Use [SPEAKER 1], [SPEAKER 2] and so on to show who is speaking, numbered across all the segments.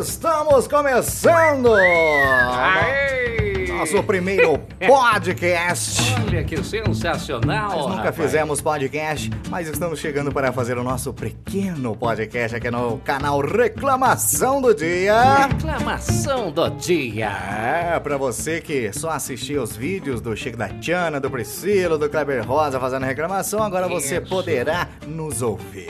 [SPEAKER 1] Estamos começando! Nosso primeiro podcast.
[SPEAKER 2] Olha que sensacional!
[SPEAKER 1] Nós nunca
[SPEAKER 2] rapaz.
[SPEAKER 1] fizemos podcast, mas estamos chegando para fazer o nosso pequeno podcast aqui no canal Reclamação do Dia.
[SPEAKER 2] Reclamação do dia!
[SPEAKER 1] É, pra você que só assistia os vídeos do Chico da Tiana, do Priscilo, do Kleber Rosa fazendo reclamação, agora você
[SPEAKER 2] Isso.
[SPEAKER 1] poderá nos ouvir.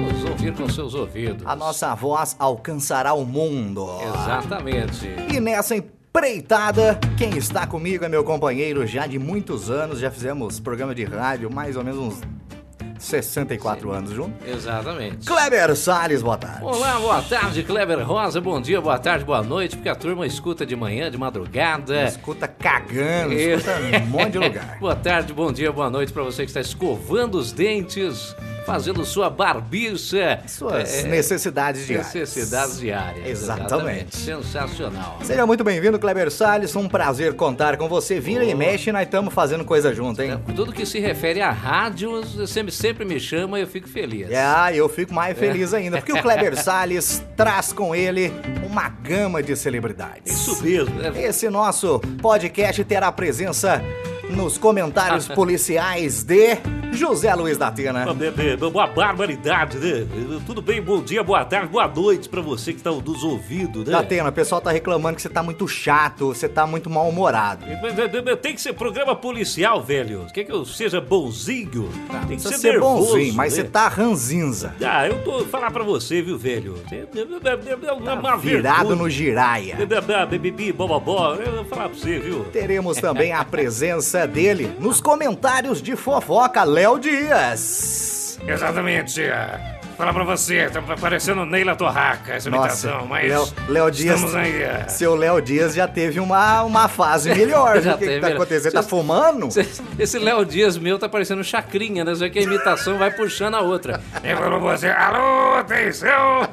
[SPEAKER 2] Nos ouvir com seus ouvidos.
[SPEAKER 1] A nossa voz alcançará o mundo.
[SPEAKER 2] Exatamente.
[SPEAKER 1] E nessa empreitada, quem está comigo é meu companheiro já de muitos anos, já fizemos programa de rádio mais ou menos uns 64 anos juntos.
[SPEAKER 2] Exatamente.
[SPEAKER 1] Kleber Salles, boa tarde.
[SPEAKER 2] Olá, boa tarde, Kleber Rosa. Bom dia, boa tarde, boa noite, porque a turma escuta de manhã, de madrugada.
[SPEAKER 1] Escuta cagando,
[SPEAKER 2] Eu-
[SPEAKER 1] escuta em um monte de lugar.
[SPEAKER 2] Boa tarde, bom dia, boa noite pra você que está escovando os dentes, fazendo sua barbicha.
[SPEAKER 1] Suas
[SPEAKER 2] É,
[SPEAKER 1] necessidades diárias.
[SPEAKER 2] necessidades diárias.
[SPEAKER 1] Exatamente.
[SPEAKER 2] Sensacional.
[SPEAKER 1] Seja muito bem-vindo, Kleber Salles. Um prazer contar com você. Vira e
[SPEAKER 2] Boa.
[SPEAKER 1] mexe, nós estamos fazendo coisa junto, hein?
[SPEAKER 2] Tudo que se refere a rádio, você me- sempre me chama e eu fico feliz.
[SPEAKER 1] É, ah, eu fico mais feliz ainda, porque o Kleber Salles traz com ele uma gama de celebridades.
[SPEAKER 2] Isso mesmo. né?
[SPEAKER 1] Esse nosso podcast terá presença nos comentários policiais de José Luiz da Atena.
[SPEAKER 3] Uma barbaridade, né? Tudo bem, bom dia, boa tarde, boa noite pra você que tá nos ouvindo,
[SPEAKER 1] Da
[SPEAKER 3] né?
[SPEAKER 1] Atena, o pessoal tá reclamando que você tá muito chato, você tá muito mal-humorado.
[SPEAKER 3] Tem que ser programa policial, velho. Quer que eu seja bonzinho? Tem que
[SPEAKER 1] Tá. Precisa
[SPEAKER 3] ser,
[SPEAKER 1] ser
[SPEAKER 3] nervoso,
[SPEAKER 1] bonzinho, mas
[SPEAKER 3] né?
[SPEAKER 1] você tá ranzinza.
[SPEAKER 3] Ah, eu tô falar pra você, viu, velho? É uma
[SPEAKER 1] Tá Virado
[SPEAKER 3] vergonha.
[SPEAKER 1] no giraia.
[SPEAKER 3] Bibi, bobobó, eu vou falar pra você, viu?
[SPEAKER 1] Teremos também a presença dele nos comentários de fofoca, Léo Dias.
[SPEAKER 3] Exatamente. Falar pra você, tá parecendo Neila Torraca essa
[SPEAKER 1] Léo, Léo Dias.
[SPEAKER 2] é.
[SPEAKER 1] Seu Léo Dias já teve uma, uma fase melhor.
[SPEAKER 2] Já
[SPEAKER 1] o que, que
[SPEAKER 2] teve,
[SPEAKER 1] tá
[SPEAKER 2] né?
[SPEAKER 1] acontecendo? Tá
[SPEAKER 2] Cês-
[SPEAKER 1] fumando?
[SPEAKER 2] Esse- Esse Léo Dias meu tá parecendo um chacrinha, né? Só que a imitação vai puxando a outra.
[SPEAKER 3] Eu falo pra você, alô, atenção!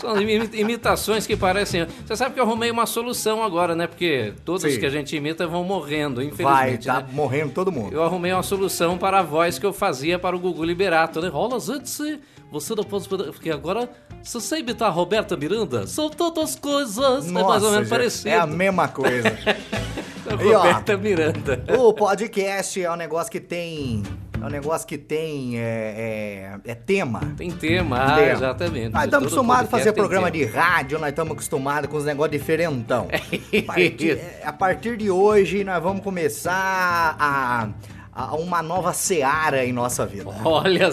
[SPEAKER 2] São imi- imitações que parecem. Você sabe que eu arrumei uma solução agora, né? Porque todos
[SPEAKER 1] Sim.
[SPEAKER 2] que a gente imita vão morrendo,
[SPEAKER 1] Vai,
[SPEAKER 2] infelizmente.
[SPEAKER 1] tá
[SPEAKER 2] né?
[SPEAKER 1] morrendo todo mundo.
[SPEAKER 2] Eu arrumei uma solução para a voz que eu fazia para o Gugu Liberato, né? Olha, gente, você não pode... Porque agora, se você imitar a Roberta Miranda, são todas coisas. é mais ou menos
[SPEAKER 1] gente,
[SPEAKER 2] parecido.
[SPEAKER 1] é a mesma coisa.
[SPEAKER 2] A
[SPEAKER 1] E, ó,
[SPEAKER 2] Roberta Miranda.
[SPEAKER 1] o podcast é um negócio que tem. É um negócio que tem. É, é- é tema.
[SPEAKER 2] Tem tema, ah,
[SPEAKER 1] Tema.
[SPEAKER 2] exatamente.
[SPEAKER 1] Nós estamos
[SPEAKER 2] Todo
[SPEAKER 1] acostumados a fazer
[SPEAKER 2] podcast tem
[SPEAKER 1] programa
[SPEAKER 2] tema.
[SPEAKER 1] de rádio, nós estamos acostumados com os negócios diferentão.
[SPEAKER 2] É
[SPEAKER 1] A partir, é, a partir de hoje, nós vamos começar a, a uma nova seara em nossa vida.
[SPEAKER 2] Olha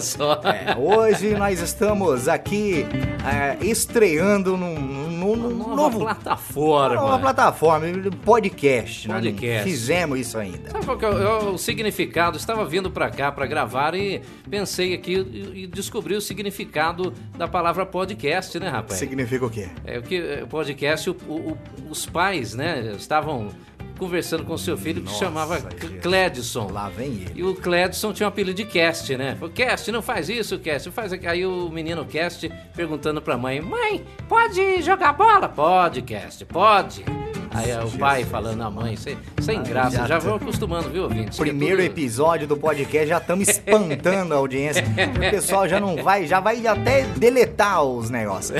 [SPEAKER 2] só.
[SPEAKER 1] É, hoje nós estamos aqui é, estreando num, num- num
[SPEAKER 2] Uma nova
[SPEAKER 1] novo, uma
[SPEAKER 2] plataforma.
[SPEAKER 1] nova plataforma, podcast. nós não
[SPEAKER 2] Podcast.
[SPEAKER 1] fizemos isso ainda.
[SPEAKER 2] Sabe qual que é o, é o significado? Estava vindo pra cá pra gravar e pensei aqui e, e descobri o significado da palavra podcast, né, rapaz?
[SPEAKER 1] Significa o quê?
[SPEAKER 2] É o que é, o podcast, o- o- o- os pais, né, estavam conversando com seu filho que
[SPEAKER 1] Nossa,
[SPEAKER 2] chamava C-
[SPEAKER 1] Jesus.
[SPEAKER 2] Clédson.
[SPEAKER 1] Lá vem ele.
[SPEAKER 2] E o Cledson tinha um apelido de Cast, né? Falou, Cast, não faz isso, Cast, faz aqui. Aí o menino Cast perguntando pra mãe, mãe, pode jogar bola? Pode, Cast, pode. Aí é, o
[SPEAKER 1] Jesus,
[SPEAKER 2] pai falando à mãe, sem, sem
[SPEAKER 1] Ai,
[SPEAKER 2] graça,
[SPEAKER 1] já
[SPEAKER 2] já
[SPEAKER 1] tá.
[SPEAKER 2] vão acostumando, viu, ouvinte? é
[SPEAKER 1] Primeiro
[SPEAKER 2] episódio.
[SPEAKER 1] episódio do podcast, já estamos espantando a audiência. O pessoal já não vai, já vai até deletar os negócios.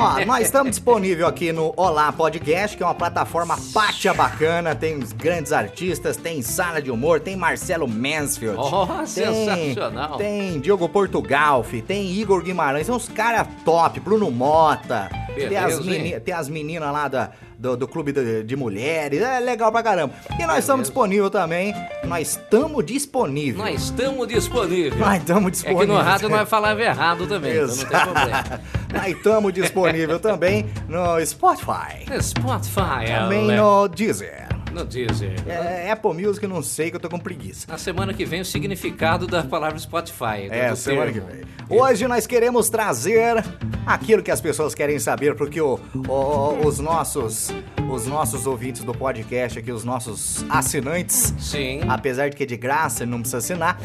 [SPEAKER 1] Ó, nós estamos disponível aqui no Olá Podcast, que é uma plataforma pátia bacana, tem os grandes artistas, tem sala de humor, tem Marcelo Mansfield.
[SPEAKER 2] Oh,
[SPEAKER 1] Tem,
[SPEAKER 2] sensacional.
[SPEAKER 1] tem Diogo Portugal, fi, tem Igor Guimarães, tem uns caras top, Bruno Mota, tem
[SPEAKER 2] Beleza,
[SPEAKER 1] as,
[SPEAKER 2] hein?
[SPEAKER 1] meni- tem as meninas lá da, do, do Clube de, de Mulheres, é legal pra caramba. E nós estamos
[SPEAKER 2] Beleza.
[SPEAKER 1] disponível também, nós estamos disponíveis.
[SPEAKER 2] Nós estamos disponíveis.
[SPEAKER 1] Nós estamos
[SPEAKER 2] É que
[SPEAKER 1] disponíveis.
[SPEAKER 2] no rádio nós falava errado também, então não tem problema.
[SPEAKER 1] Exato. Nós estamos disponível também no Spotify,
[SPEAKER 2] É Spotify,
[SPEAKER 1] também
[SPEAKER 2] né?
[SPEAKER 1] no Deezer,
[SPEAKER 2] no Deezer.
[SPEAKER 1] é, Apple Music, não sei que eu tô com preguiça.
[SPEAKER 2] Na semana que vem o significado da palavra Spotify. do-
[SPEAKER 1] É,
[SPEAKER 2] do
[SPEAKER 1] semana que
[SPEAKER 2] termo.
[SPEAKER 1] vem. Hoje nós queremos trazer aquilo que as pessoas querem saber, porque o- o- os nossos os nossos ouvintes do podcast aqui, os nossos assinantes,
[SPEAKER 2] Sim.
[SPEAKER 1] apesar de que é de graça, não precisa assinar,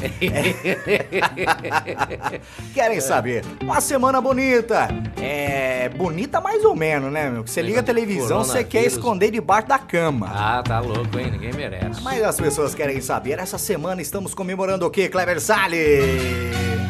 [SPEAKER 2] É.
[SPEAKER 1] querem saber. Uma semana bonita. É bonita mais ou menos, né, meu? Que Você liga a televisão, você quer
[SPEAKER 2] Coronavírus.
[SPEAKER 1] esconder debaixo da cama.
[SPEAKER 2] ah, tá louco, hein? Ninguém merece.
[SPEAKER 1] Mas as pessoas querem saber, essa semana estamos comemorando o quê, Kleber Salles?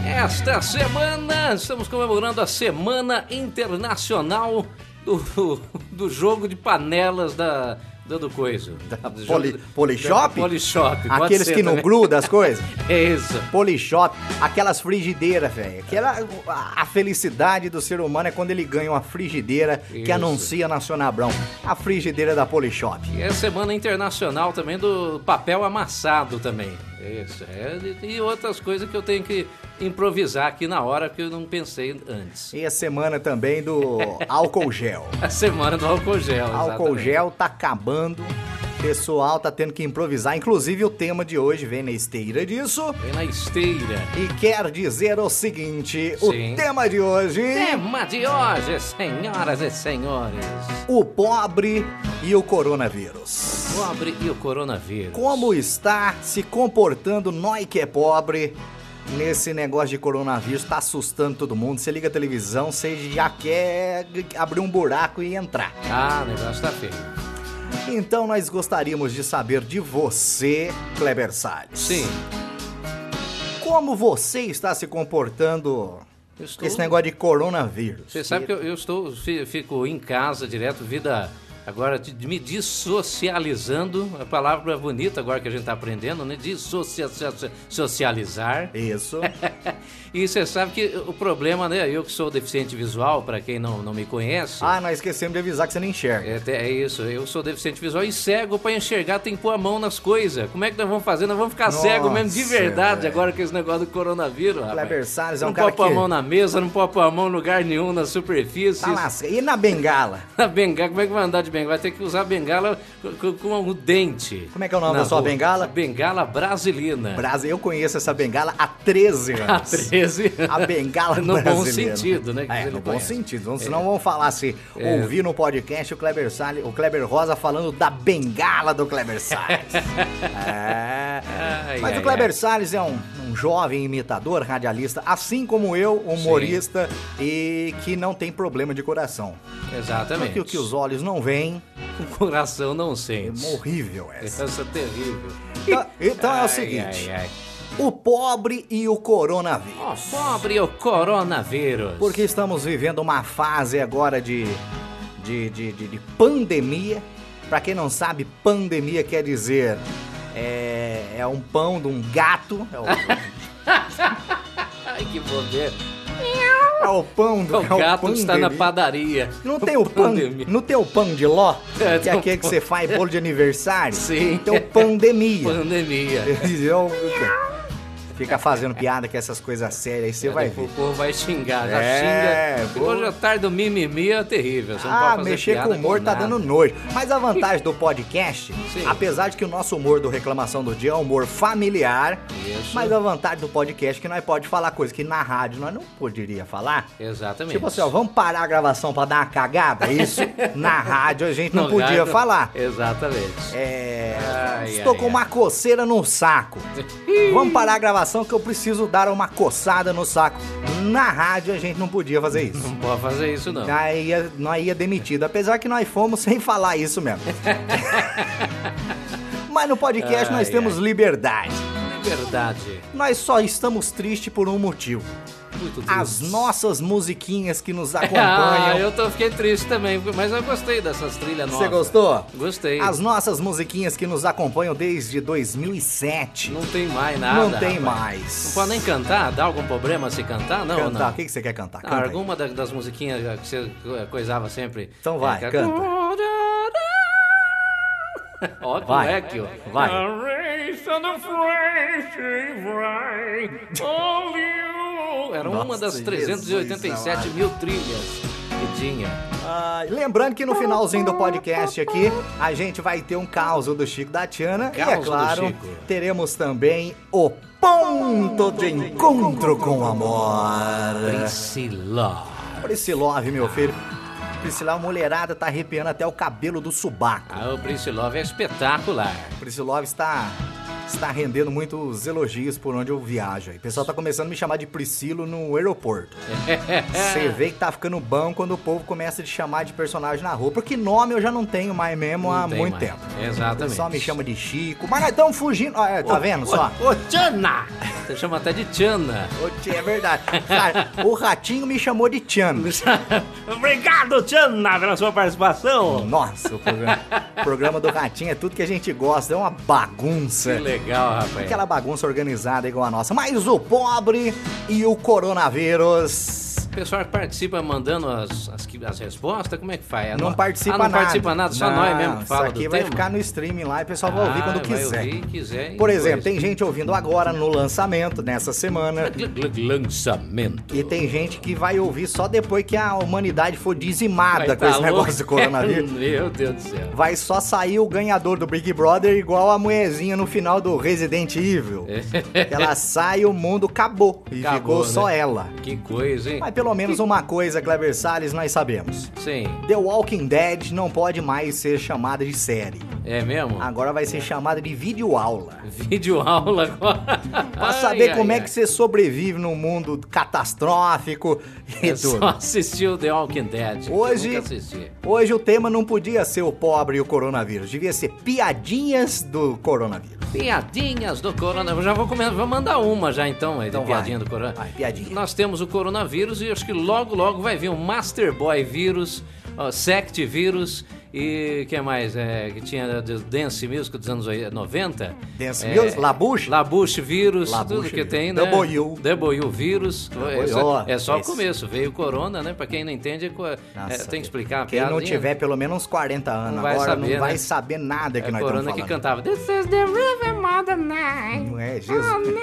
[SPEAKER 2] Esta semana estamos comemorando a Semana Internacional do, do jogo de panelas da, da do coiso.
[SPEAKER 1] Da
[SPEAKER 2] Do
[SPEAKER 1] poli-
[SPEAKER 2] jogo-
[SPEAKER 1] Polishop?
[SPEAKER 2] Da Polishop. pode
[SPEAKER 1] Aqueles
[SPEAKER 2] ser
[SPEAKER 1] que não
[SPEAKER 2] também.
[SPEAKER 1] grudam as coisas.
[SPEAKER 2] É isso.
[SPEAKER 1] Polishop, aquelas frigideiras, velho. Aquela, a a felicidade do ser humano é quando ele ganha uma frigideira que
[SPEAKER 2] Isso.
[SPEAKER 1] anuncia na Sonabrão. A frigideira da Polishop.
[SPEAKER 2] E é Semana Internacional também do papel amassado também. Isso. É, e e outras coisas que eu tenho que improvisar aqui na hora que eu não pensei antes.
[SPEAKER 1] E a semana também do álcool gel.
[SPEAKER 2] A semana do álcool gel.
[SPEAKER 1] Álcool
[SPEAKER 2] exatamente.
[SPEAKER 1] gel tá acabando. Pessoal tá tendo que improvisar. Inclusive o tema de hoje vem na esteira disso.
[SPEAKER 2] Vem na esteira.
[SPEAKER 1] E quer dizer o seguinte:
[SPEAKER 2] Sim.
[SPEAKER 1] o tema de hoje.
[SPEAKER 2] Tema de hoje, senhoras e senhores.
[SPEAKER 1] O pobre e o coronavírus.
[SPEAKER 2] Pobre e o coronavírus.
[SPEAKER 1] Como está se comportando nós que é pobre nesse negócio de coronavírus? Tá assustando todo mundo. Você liga a televisão, você já quer abrir um buraco e entrar.
[SPEAKER 2] Ah, o negócio tá feio.
[SPEAKER 1] Então nós gostaríamos de saber de você, Kleber Salles.
[SPEAKER 2] Sim.
[SPEAKER 1] Como você está se comportando com
[SPEAKER 2] eu estou-
[SPEAKER 1] esse negócio de coronavírus?
[SPEAKER 2] Você sabe que eu, eu estou, fi- fico em casa direto, vida agora de- de me dissocializando, a palavra bonita agora que a gente tá aprendendo, né? Dissocializar.
[SPEAKER 1] Isso.
[SPEAKER 2] E você sabe que o problema, né? Eu que sou deficiente visual, para quem não, não me conhece.
[SPEAKER 1] Ah, nós esquecemos de avisar que você não enxerga.
[SPEAKER 2] É, te- é isso, eu sou deficiente visual e cego pra enxergar tem que pôr a mão nas coisas. Como é que nós vamos fazer? Nós vamos ficar
[SPEAKER 1] Nossa,
[SPEAKER 2] cego mesmo de verdade
[SPEAKER 1] velho.
[SPEAKER 2] agora com esse negócio do coronavírus. rapaz.
[SPEAKER 1] Kleber Salles é um
[SPEAKER 2] não
[SPEAKER 1] cara
[SPEAKER 2] pode pôr
[SPEAKER 1] que-
[SPEAKER 2] a mão na mesa, não pode pôr a mão em lugar nenhum na superfície.
[SPEAKER 1] Tá lasca. E na bengala?
[SPEAKER 2] A bengala, como é que vai andar de bengala? Vai ter que usar a bengala co- co- com, o dente.
[SPEAKER 1] Como é que é o nome
[SPEAKER 2] na
[SPEAKER 1] da sua
[SPEAKER 2] rua.
[SPEAKER 1] bengala?
[SPEAKER 2] Bengala brasileira.
[SPEAKER 1] Brasil, eu conheço essa bengala há 13
[SPEAKER 2] Há
[SPEAKER 1] anos.
[SPEAKER 2] 13
[SPEAKER 1] A bengala
[SPEAKER 2] No bom
[SPEAKER 1] brasileira.
[SPEAKER 2] sentido, né? que
[SPEAKER 1] É,
[SPEAKER 2] ele
[SPEAKER 1] no bom
[SPEAKER 2] conhece. É.
[SPEAKER 1] sentido. Senão, senão vão falar se ouvir no podcast o Kleber Salles, o Kleber Rosa falando da bengala do Kleber Salles. é.
[SPEAKER 2] Ai,
[SPEAKER 1] Mas
[SPEAKER 2] ai,
[SPEAKER 1] o Kleber Salles é um, um jovem imitador, radialista, assim como eu, humorista, e que não tem problema de coração.
[SPEAKER 2] ai. Exatamente.
[SPEAKER 1] Que o que os olhos não veem,
[SPEAKER 2] O coração não
[SPEAKER 1] é
[SPEAKER 2] sente.
[SPEAKER 1] horrível essa.
[SPEAKER 2] Essa é terrível.
[SPEAKER 1] Então, então é o
[SPEAKER 2] Ai,
[SPEAKER 1] seguinte,
[SPEAKER 2] ai, ai.
[SPEAKER 1] o pobre e o coronavírus.
[SPEAKER 2] Ó, pobre o coronavírus.
[SPEAKER 1] Porque estamos vivendo uma fase agora de, de, de, de- de pandemia. Pra quem não sabe, pandemia quer dizer é, é um pão de um gato. É o,
[SPEAKER 2] Ai, que bobeira.
[SPEAKER 1] é o pão do
[SPEAKER 2] O gato
[SPEAKER 1] pão
[SPEAKER 2] que está na
[SPEAKER 1] dele.
[SPEAKER 2] padaria.
[SPEAKER 1] Não tem o pão,
[SPEAKER 2] Pandemia.
[SPEAKER 1] não tem o pão de ló,
[SPEAKER 2] É,
[SPEAKER 1] que é
[SPEAKER 2] tem um
[SPEAKER 1] aquele que
[SPEAKER 2] pão.
[SPEAKER 1] você faz bolo de aniversário.
[SPEAKER 2] Sim.
[SPEAKER 1] Então, pandemia.
[SPEAKER 2] Pandemia.
[SPEAKER 1] Eu- Fica fazendo piada com essas coisas sérias aí, você vai ver.
[SPEAKER 2] O povo vai xingar, já
[SPEAKER 1] É,
[SPEAKER 2] xinga.
[SPEAKER 1] pô.
[SPEAKER 2] Hoje a tarde do mimimi é terrível. Você não
[SPEAKER 1] Ah,
[SPEAKER 2] pode fazer
[SPEAKER 1] mexer
[SPEAKER 2] piada
[SPEAKER 1] com o humor tá
[SPEAKER 2] nada.
[SPEAKER 1] dando nojo. Mas a vantagem do podcast,
[SPEAKER 2] Sim.
[SPEAKER 1] apesar de que o nosso humor do Reclamação do Dia é um humor familiar,
[SPEAKER 2] Isso.
[SPEAKER 1] mas a vantagem do podcast é que nós pode falar coisa que na rádio nós não poderia falar.
[SPEAKER 2] Exatamente.
[SPEAKER 1] Tipo assim, ó, vamos parar a gravação pra dar uma cagada? Isso na rádio a gente não
[SPEAKER 2] No
[SPEAKER 1] podia
[SPEAKER 2] gato-
[SPEAKER 1] falar.
[SPEAKER 2] Exatamente.
[SPEAKER 1] É.
[SPEAKER 2] Ai,
[SPEAKER 1] estou
[SPEAKER 2] ai,
[SPEAKER 1] com
[SPEAKER 2] ai.
[SPEAKER 1] uma coceira no saco. Vamos parar a gravação que eu preciso dar uma coçada no saco. Na rádio a gente não podia fazer isso.
[SPEAKER 2] Não pode fazer isso, não.
[SPEAKER 1] Nós ia, nós ia demitido, apesar que nós fomos sem falar isso mesmo. Mas no podcast nós
[SPEAKER 2] Ai,
[SPEAKER 1] temos liberdade.
[SPEAKER 2] É Liberdade.
[SPEAKER 1] Nós só estamos tristes por um motivo.
[SPEAKER 2] Muito triste.
[SPEAKER 1] As nossas musiquinhas que nos
[SPEAKER 2] Ah,
[SPEAKER 1] acompanham.
[SPEAKER 2] eu tô, fiquei triste também, mas eu gostei dessas trilhas novas.
[SPEAKER 1] Você gostou?
[SPEAKER 2] Gostei.
[SPEAKER 1] As nossas musiquinhas que nos acompanham desde 2007.
[SPEAKER 2] Não tem mais nada.
[SPEAKER 1] Não tem
[SPEAKER 2] rapaz.
[SPEAKER 1] mais.
[SPEAKER 2] Não pode nem cantar? Dá algum problema se cantar? Não,
[SPEAKER 1] cantar. O
[SPEAKER 2] não.
[SPEAKER 1] que, que você quer cantar?
[SPEAKER 2] Ah,
[SPEAKER 1] Canta aí.
[SPEAKER 2] alguma da- das musiquinhas que você coisava sempre. É,
[SPEAKER 1] Então vai,
[SPEAKER 2] ca-
[SPEAKER 1] canta.
[SPEAKER 2] Ó, que
[SPEAKER 1] Vai,
[SPEAKER 2] moleque, ó.
[SPEAKER 1] vai.
[SPEAKER 2] A race and the flashing bright, all you- Era uma
[SPEAKER 1] Nossa,
[SPEAKER 2] das 387 mil trilhas que tinha.
[SPEAKER 1] Ah, lembrando que no finalzinho do podcast aqui, a gente vai ter um caos do Chico da Tiana. e é
[SPEAKER 2] Causo do
[SPEAKER 1] claro,
[SPEAKER 2] Chico.
[SPEAKER 1] teremos também o ponto de encontro com o amor.
[SPEAKER 2] Priscila.
[SPEAKER 1] Priscilove, meu filho. Priscila, a mulherada tá arrepiando até o cabelo do subaco.
[SPEAKER 2] Ah, o Priscilov é espetacular.
[SPEAKER 1] Priscilove está tá, está rendendo muitos elogios por onde eu viajo. aí. O pessoal tá começando a me chamar de Priscilo no aeroporto. Você vê que tá ficando bom quando o povo começa a te chamar de personagem na rua, porque nome eu já não tenho mais mesmo há
[SPEAKER 2] Não tem
[SPEAKER 1] muito
[SPEAKER 2] mais.
[SPEAKER 1] tempo. O
[SPEAKER 2] Exatamente.
[SPEAKER 1] pessoal me chama de Chico, mas nós estamos fugindo. Ah, é, tá vendo só?
[SPEAKER 2] Ô, ô, Tchana! Você chama até de Tchana.
[SPEAKER 1] Ô, É verdade. Cara, o ratinho me chamou de Tiano.
[SPEAKER 3] Obrigado, Tiana, pela sua participação.
[SPEAKER 1] Nossa, o programa, o programa do Ratinho é tudo que a gente gosta, é uma
[SPEAKER 2] Que
[SPEAKER 1] bagunça.
[SPEAKER 2] legal, rapaz.
[SPEAKER 1] É. Aquela bagunça organizada igual a nossa. Mas o pobre e o coronavírus.
[SPEAKER 2] O pessoal que participa mandando as, as, que- as respostas, como é que faz? É
[SPEAKER 1] Não
[SPEAKER 2] nó-
[SPEAKER 1] participa
[SPEAKER 2] ah, não
[SPEAKER 1] nada.
[SPEAKER 2] participa nada, só
[SPEAKER 1] Não,
[SPEAKER 2] nós mesmo que fala
[SPEAKER 1] Isso aqui
[SPEAKER 2] do
[SPEAKER 1] vai
[SPEAKER 2] tema?
[SPEAKER 1] ficar no streaming lá e o pessoal vai ouvir quando
[SPEAKER 2] Ah,
[SPEAKER 1] quiser.
[SPEAKER 2] Vai ouvir, quiser. e
[SPEAKER 1] Por
[SPEAKER 2] depois-
[SPEAKER 1] exemplo, tem gente ouvindo agora no lançamento, nessa semana.
[SPEAKER 2] Gl- gl- Lançamento.
[SPEAKER 1] E tem gente que vai ouvir só depois que a humanidade for
[SPEAKER 2] Vai
[SPEAKER 1] dizimada com
[SPEAKER 2] tá
[SPEAKER 1] esse
[SPEAKER 2] louco?
[SPEAKER 1] negócio do coronavírus.
[SPEAKER 2] Meu Deus do céu.
[SPEAKER 1] Vai só sair o ganhador do Big Brother igual a mulherzinha no final do Resident Evil. ela sai, o mundo acabou. E ficou
[SPEAKER 2] Acabou,
[SPEAKER 1] só
[SPEAKER 2] né?
[SPEAKER 1] ela.
[SPEAKER 2] Que coisa, hein?
[SPEAKER 1] Mas pelo menos uma coisa, Kleber Salles, nós sabemos.
[SPEAKER 2] Sim.
[SPEAKER 1] The Walking Dead não pode mais ser chamada de série.
[SPEAKER 2] É mesmo?
[SPEAKER 1] Agora vai ser chamada de videoaula.
[SPEAKER 2] Vídeo aula agora.
[SPEAKER 1] Pra saber como é que você sobrevive num mundo catastrófico e
[SPEAKER 2] é
[SPEAKER 1] tudo.
[SPEAKER 2] só assistir o The Walking Dead. que eu
[SPEAKER 1] Hoje,
[SPEAKER 2] nunca assisti.
[SPEAKER 1] hoje o tema não podia ser o pobre e o coronavírus. Devia ser piadinhas do coronavírus.
[SPEAKER 2] Piadinhas do coronavírus. Já vou começar, vou mandar uma já então, aí,
[SPEAKER 1] Então
[SPEAKER 2] da piadinha
[SPEAKER 1] vai.
[SPEAKER 2] do coronavírus.
[SPEAKER 1] Vai, piadinha.
[SPEAKER 2] Nós temos o coronavírus e acho que logo, logo vai vir o Master Boy vírus, ó, Sect vírus e o que mais? É, que tinha de- Dance Music dos anos oi- 90.
[SPEAKER 1] Dance
[SPEAKER 2] É,
[SPEAKER 1] Music, Labuche.
[SPEAKER 2] Labuche vírus,
[SPEAKER 1] Labuche
[SPEAKER 2] tudo que
[SPEAKER 1] vírus.
[SPEAKER 2] tem, né?
[SPEAKER 1] Double U.
[SPEAKER 2] Double U vírus. É só, é só
[SPEAKER 1] Esse.
[SPEAKER 2] o começo. Veio o corona, né? Pra quem não entende, é co- é,
[SPEAKER 1] Nossa,
[SPEAKER 2] tem que explicar a
[SPEAKER 1] Quem não
[SPEAKER 2] piadinha.
[SPEAKER 1] tiver pelo menos uns 40 anos
[SPEAKER 2] Não vai
[SPEAKER 1] agora
[SPEAKER 2] saber,
[SPEAKER 1] não vai
[SPEAKER 2] né?
[SPEAKER 1] saber nada que
[SPEAKER 2] é
[SPEAKER 1] nós estamos
[SPEAKER 2] corona
[SPEAKER 1] falando.
[SPEAKER 2] que cantava. This is the river, mother night.
[SPEAKER 1] Não é, Jesus.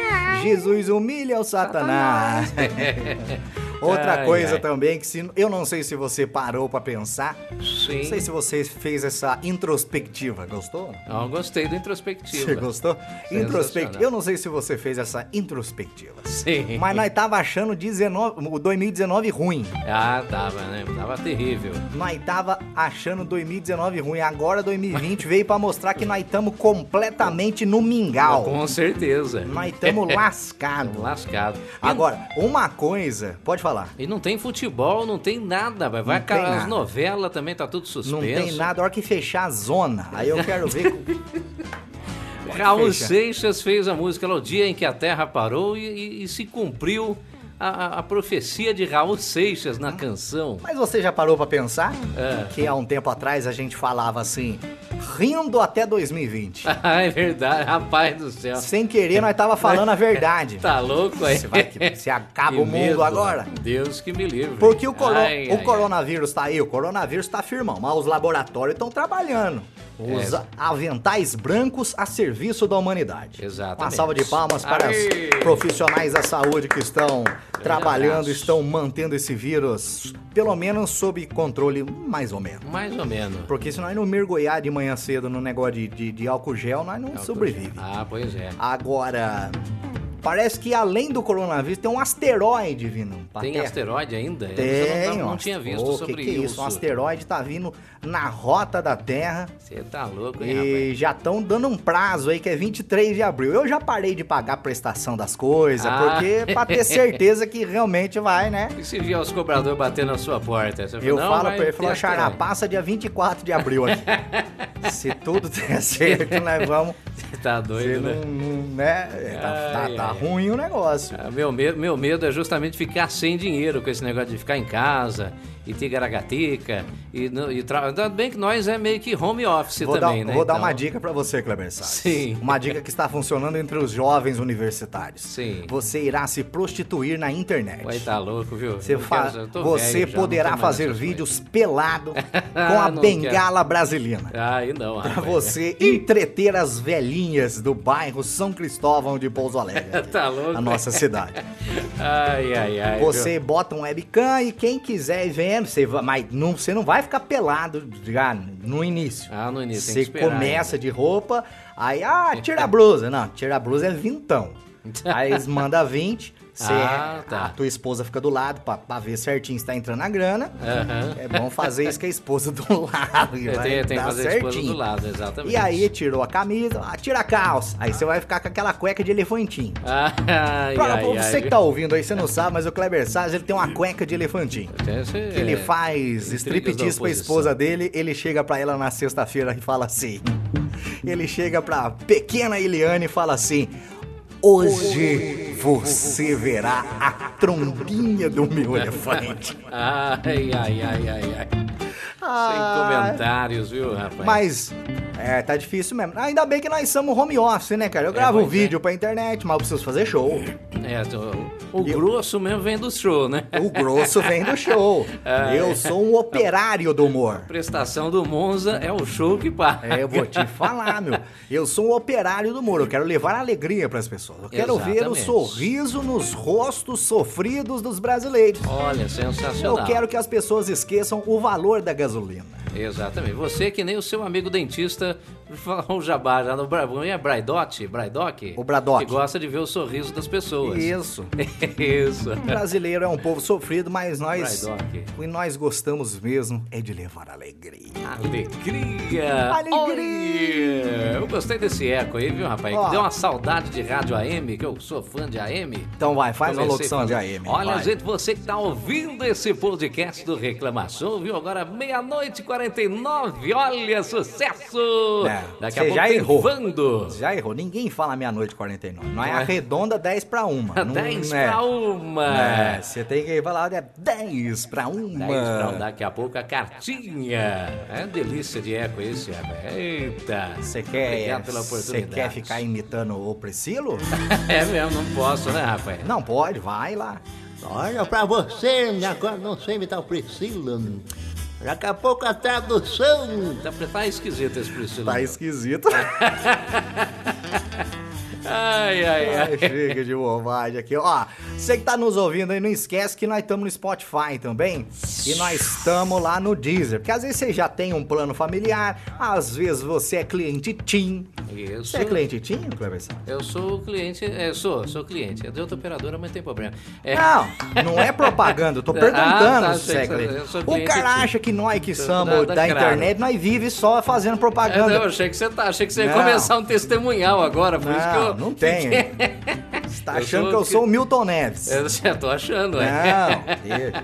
[SPEAKER 1] Jesus humilha o Satanás. Outra
[SPEAKER 2] Ai,
[SPEAKER 1] coisa
[SPEAKER 2] ai.
[SPEAKER 1] também que se, eu não sei se você parou pra pensar,
[SPEAKER 2] Sim.
[SPEAKER 1] não sei se você fez essa introspectiva, gostou?
[SPEAKER 2] Ah, eu gostei do introspectivo.
[SPEAKER 1] Você gostou? Introspectiva.
[SPEAKER 2] Sensacional.
[SPEAKER 1] Eu não sei se você fez essa introspectiva.
[SPEAKER 2] Sim.
[SPEAKER 1] Mas é nós tava achando 19 o 2019 ruim.
[SPEAKER 2] Ah, tava, né? Tava terrível.
[SPEAKER 1] Nós tava achando 2019 ruim. Agora 2020 veio pra mostrar que nós estamos completamente no mingau.
[SPEAKER 2] Com certeza.
[SPEAKER 1] Nós
[SPEAKER 2] É.
[SPEAKER 1] estamos lascados.
[SPEAKER 2] Lascado. E-
[SPEAKER 1] Agora, uma coisa, pode falar.
[SPEAKER 2] E não tem futebol, não tem nada, vai. Vai
[SPEAKER 1] Não tem
[SPEAKER 2] acabar as
[SPEAKER 1] nada.
[SPEAKER 2] novelas também, tá tudo suspenso.
[SPEAKER 1] Não tem nada, a hora que fechar a zona. Aí eu quero ver. com-
[SPEAKER 2] Raul
[SPEAKER 1] Fecha.
[SPEAKER 2] Seixas fez a música lá, o dia em que a Terra parou e, e- e se cumpriu a, a- a profecia de Raul Seixas na canção.
[SPEAKER 1] Mas você já parou pra pensar?
[SPEAKER 2] É.
[SPEAKER 1] Que há um tempo atrás a gente falava assim, rindo até 2020.
[SPEAKER 2] Ah, é verdade, rapaz do céu.
[SPEAKER 1] Sem querer, nós tava falando a verdade.
[SPEAKER 2] Tá louco aí?
[SPEAKER 1] Você vai que você acaba
[SPEAKER 2] Que
[SPEAKER 1] o mundo
[SPEAKER 2] medo, né?
[SPEAKER 1] agora.
[SPEAKER 2] Deus que me livre.
[SPEAKER 1] Porque o, coro-
[SPEAKER 2] Ai,
[SPEAKER 1] o
[SPEAKER 2] ai, ai.
[SPEAKER 1] coronavírus tá aí, o coronavírus tá firmão, mas os laboratórios estão trabalhando. Os
[SPEAKER 2] É.
[SPEAKER 1] aventais brancos a serviço da humanidade.
[SPEAKER 2] Exatamente.
[SPEAKER 1] Uma salva de palmas para
[SPEAKER 2] Aê!
[SPEAKER 1] os profissionais da saúde que estão trabalhando,
[SPEAKER 2] abraço.
[SPEAKER 1] estão mantendo esse vírus, pelo menos sob controle, mais ou menos.
[SPEAKER 2] Mais ou menos.
[SPEAKER 1] Porque se nós não mergulhar de manhã cedo no negócio de, de- de álcool gel, nós não sobrevivemos.
[SPEAKER 2] Ah, pois é.
[SPEAKER 1] Agora, parece que além do coronavírus tem um asteroide vindo pra
[SPEAKER 2] Tem
[SPEAKER 1] Terra.
[SPEAKER 2] asteroide ainda? É, Eu
[SPEAKER 1] Tem,
[SPEAKER 2] não, tava- não
[SPEAKER 1] um
[SPEAKER 2] tinha
[SPEAKER 1] ast-
[SPEAKER 2] visto
[SPEAKER 1] Ô, que
[SPEAKER 2] sobre
[SPEAKER 1] que é isso. Um asteroide tá vindo na rota da Terra.
[SPEAKER 2] Você tá louco, hein,
[SPEAKER 1] E já estão dando um prazo aí que é 23 de abril. Eu já parei de pagar a prestação das coisas,
[SPEAKER 2] Ah.
[SPEAKER 1] porque pra ter certeza que realmente vai, né?
[SPEAKER 2] rapaz? E se vier os cobradores bater na sua porta? Você fala,
[SPEAKER 1] Eu
[SPEAKER 2] não,
[SPEAKER 1] falo
[SPEAKER 2] vai
[SPEAKER 1] pra ele,
[SPEAKER 2] ter
[SPEAKER 1] falou,
[SPEAKER 2] asteroide."
[SPEAKER 1] Xará, passa dia 24 de abril aqui. Se tudo der certo, nós vamos.
[SPEAKER 2] Você tá
[SPEAKER 1] Se
[SPEAKER 2] doido, né?
[SPEAKER 1] não, não- né? Tá, tá-
[SPEAKER 2] Ai,
[SPEAKER 1] tá
[SPEAKER 2] ai, ai.
[SPEAKER 1] ruim o negócio.
[SPEAKER 2] Ah, meu, medo, meu medo é justamente ficar sem dinheiro com esse negócio de ficar em casa e tigaragatica e, no- e tra... Ainda bem que nós é meio que home office
[SPEAKER 1] Vou,
[SPEAKER 2] também,
[SPEAKER 1] dar,
[SPEAKER 2] né?
[SPEAKER 1] vou dar
[SPEAKER 2] Então,
[SPEAKER 1] uma dica pra você, Kleber Salles.
[SPEAKER 2] Sim.
[SPEAKER 1] Uma dica que está funcionando entre os jovens universitários.
[SPEAKER 2] Sim.
[SPEAKER 1] Você irá se prostituir na internet.
[SPEAKER 2] Vai tá louco, viu?
[SPEAKER 1] Você,
[SPEAKER 2] Eu
[SPEAKER 1] fa-
[SPEAKER 2] quero- eu tô
[SPEAKER 1] você
[SPEAKER 2] velho já, não tô
[SPEAKER 1] poderá
[SPEAKER 2] mais
[SPEAKER 1] fazer
[SPEAKER 2] nessas
[SPEAKER 1] vídeos pelado com a
[SPEAKER 2] Não
[SPEAKER 1] bengala brasileira.
[SPEAKER 2] coisas. Ai, não,
[SPEAKER 1] Pra
[SPEAKER 2] rapaz.
[SPEAKER 1] você entreter as velhinhas do bairro São Cristóvão de Pouso Alegre. aqui,
[SPEAKER 2] Tá louco,
[SPEAKER 1] A nossa cidade.
[SPEAKER 2] Ai, ai, ai.
[SPEAKER 1] Você bota um webcam e quem quiser ir vendo, você vai, mas não, você não vai ficar pelado já no início.
[SPEAKER 2] Ah, no início, tem
[SPEAKER 1] Você
[SPEAKER 2] que esperar né?
[SPEAKER 1] começa
[SPEAKER 2] ainda.
[SPEAKER 1] de roupa, aí, ah, tira a blusa. Não, tira a blusa é vintão. Aí eles mandam 20. Você, é,
[SPEAKER 2] Ah, tá.
[SPEAKER 1] A tua esposa fica do lado pra, pra ver certinho se tá entrando a grana.
[SPEAKER 2] Aham.
[SPEAKER 1] É bom fazer isso com a esposa do lado. e
[SPEAKER 2] É,
[SPEAKER 1] vai
[SPEAKER 2] tem, tem que
[SPEAKER 1] dar
[SPEAKER 2] fazer a esposa do
[SPEAKER 1] certinho.
[SPEAKER 2] lado, exatamente.
[SPEAKER 1] E aí tirou a camisa, ah, tira a calça. Aí você vai ficar com aquela cueca de elefantinho.
[SPEAKER 2] Ai,
[SPEAKER 1] Pra,
[SPEAKER 2] ai,
[SPEAKER 1] pra você
[SPEAKER 2] ai,
[SPEAKER 1] que tá ouvindo aí, você não sabe, mas o Kleber Salles, ele tem uma cueca de elefantinho. tá
[SPEAKER 2] Esse
[SPEAKER 1] Que ele
[SPEAKER 2] é-
[SPEAKER 1] faz
[SPEAKER 2] da
[SPEAKER 1] striptease pra
[SPEAKER 2] oposição.
[SPEAKER 1] esposa dele, ele chega pra ela na sexta-feira e fala assim. Ele chega pra pequena Eliane e fala assim: Hoje você verá a trombinha do meu elefante.
[SPEAKER 2] Ai, ai, ai, ai, ai. Sem
[SPEAKER 1] Ah,
[SPEAKER 2] comentários, viu, rapaz?
[SPEAKER 1] Mas, é, tá difícil mesmo. Ainda bem que nós somos home office, né, cara? Eu gravo
[SPEAKER 2] É, pois
[SPEAKER 1] um vídeo pra internet, mas eu preciso fazer show.
[SPEAKER 2] É, o, o grosso mesmo vem do show, né?
[SPEAKER 1] O grosso vem do show.
[SPEAKER 2] É.
[SPEAKER 1] Eu sou um operário do humor.
[SPEAKER 2] Prestação do Monza é o show que paga.
[SPEAKER 1] É, eu vou te falar, meu. Eu sou um operário do humor. Eu quero levar alegria pras pessoas. Eu quero ver o
[SPEAKER 2] Exatamente.
[SPEAKER 1] sorriso nos rostos sofridos dos brasileiros.
[SPEAKER 2] Olha, sensacional.
[SPEAKER 1] Eu quero que as pessoas esqueçam o valor da gasolina.
[SPEAKER 2] Exatamente. Você é que nem o seu amigo dentista falou um jabá já no Bra- como é Braidote, Braidoc.
[SPEAKER 1] O Bradock.
[SPEAKER 2] Que gosta de ver o sorriso das pessoas.
[SPEAKER 1] Isso.
[SPEAKER 2] Isso.
[SPEAKER 1] O brasileiro é um povo sofrido, mas nós.
[SPEAKER 2] Braidock.
[SPEAKER 1] O que nós gostamos mesmo é de levar alegria.
[SPEAKER 2] Alegria!
[SPEAKER 1] Alegria!
[SPEAKER 2] Olha, Eu gostei desse eco aí, viu, rapaz?
[SPEAKER 1] Ó.
[SPEAKER 2] Deu uma saudade de rádio AM, que eu sou fã de AM.
[SPEAKER 1] Então vai, faz uma
[SPEAKER 2] Comecei
[SPEAKER 1] locução de AM.
[SPEAKER 2] fazendo. Olha,
[SPEAKER 1] vai.
[SPEAKER 2] gente, você que tá ouvindo esse podcast do Reclamação, viu? Agora é meia-noite e 49, olha, sucesso!
[SPEAKER 1] É,
[SPEAKER 2] Daqui
[SPEAKER 1] você
[SPEAKER 2] a pouco
[SPEAKER 1] já
[SPEAKER 2] tem
[SPEAKER 1] errou.
[SPEAKER 2] Vando.
[SPEAKER 1] Já errou. Ninguém fala meia-noite e 49. Não é
[SPEAKER 2] Não é?
[SPEAKER 1] arredonda 10 pra uma. Não-
[SPEAKER 2] 10
[SPEAKER 1] é.
[SPEAKER 2] pra uma!
[SPEAKER 1] É, você tem que falar, é 10 pra uma.
[SPEAKER 2] 10 pra um, daqui a pouco a cartinha. É delícia de eco esse, rapaz. Eita!
[SPEAKER 1] Você quer,
[SPEAKER 2] Obrigado pela
[SPEAKER 1] você
[SPEAKER 2] oportunidade.
[SPEAKER 1] quer ficar imitando o Priscilo?
[SPEAKER 2] É mesmo, não posso, né, rapaz?
[SPEAKER 1] Não pode, vai lá.
[SPEAKER 4] Olha pra você, né? agora não sei me dar o Priscila. Daqui a pouco a tradução.
[SPEAKER 2] Tá, tá esquisito esse Priscila.
[SPEAKER 1] Tá esquisito.
[SPEAKER 2] Ai, ai, ai.
[SPEAKER 1] Ai, É, Chega de bobagem aqui. Ó, você que tá nos ouvindo aí, não esquece que nós estamos no Spotify também. E nós estamos lá no Deezer. Porque às vezes você já tem um plano familiar, às vezes você é cliente TIM.
[SPEAKER 2] Isso.
[SPEAKER 1] Você é cliente TIM, Cleber Santos?
[SPEAKER 2] Eu sou o cliente, é, sou, sou cliente. É de outra operadora, mas não tem problema. É,
[SPEAKER 1] Não, não é propaganda, eu tô
[SPEAKER 2] Ah,
[SPEAKER 1] perguntando
[SPEAKER 2] tá,
[SPEAKER 1] se você é
[SPEAKER 2] sei, sei,
[SPEAKER 1] cliente.
[SPEAKER 2] eu sou
[SPEAKER 1] O
[SPEAKER 2] cliente
[SPEAKER 1] cara
[SPEAKER 2] TIM.
[SPEAKER 1] acha que nós que
[SPEAKER 2] Sou
[SPEAKER 1] somos da,
[SPEAKER 2] da- da Crave.
[SPEAKER 1] internet, nós vive só fazendo
[SPEAKER 2] é, não,
[SPEAKER 1] propaganda.
[SPEAKER 2] eu achei que você tá, achei que você ia
[SPEAKER 1] Não.
[SPEAKER 2] começar um testemunhal agora, por isso que
[SPEAKER 1] Não,
[SPEAKER 2] eu.
[SPEAKER 1] não tenho. Você tá
[SPEAKER 2] Eu
[SPEAKER 1] achando
[SPEAKER 2] sou
[SPEAKER 1] que eu
[SPEAKER 2] que- É,
[SPEAKER 1] sou o Milton Neves.
[SPEAKER 2] Eu já tô achando, é.
[SPEAKER 1] Não, deixa.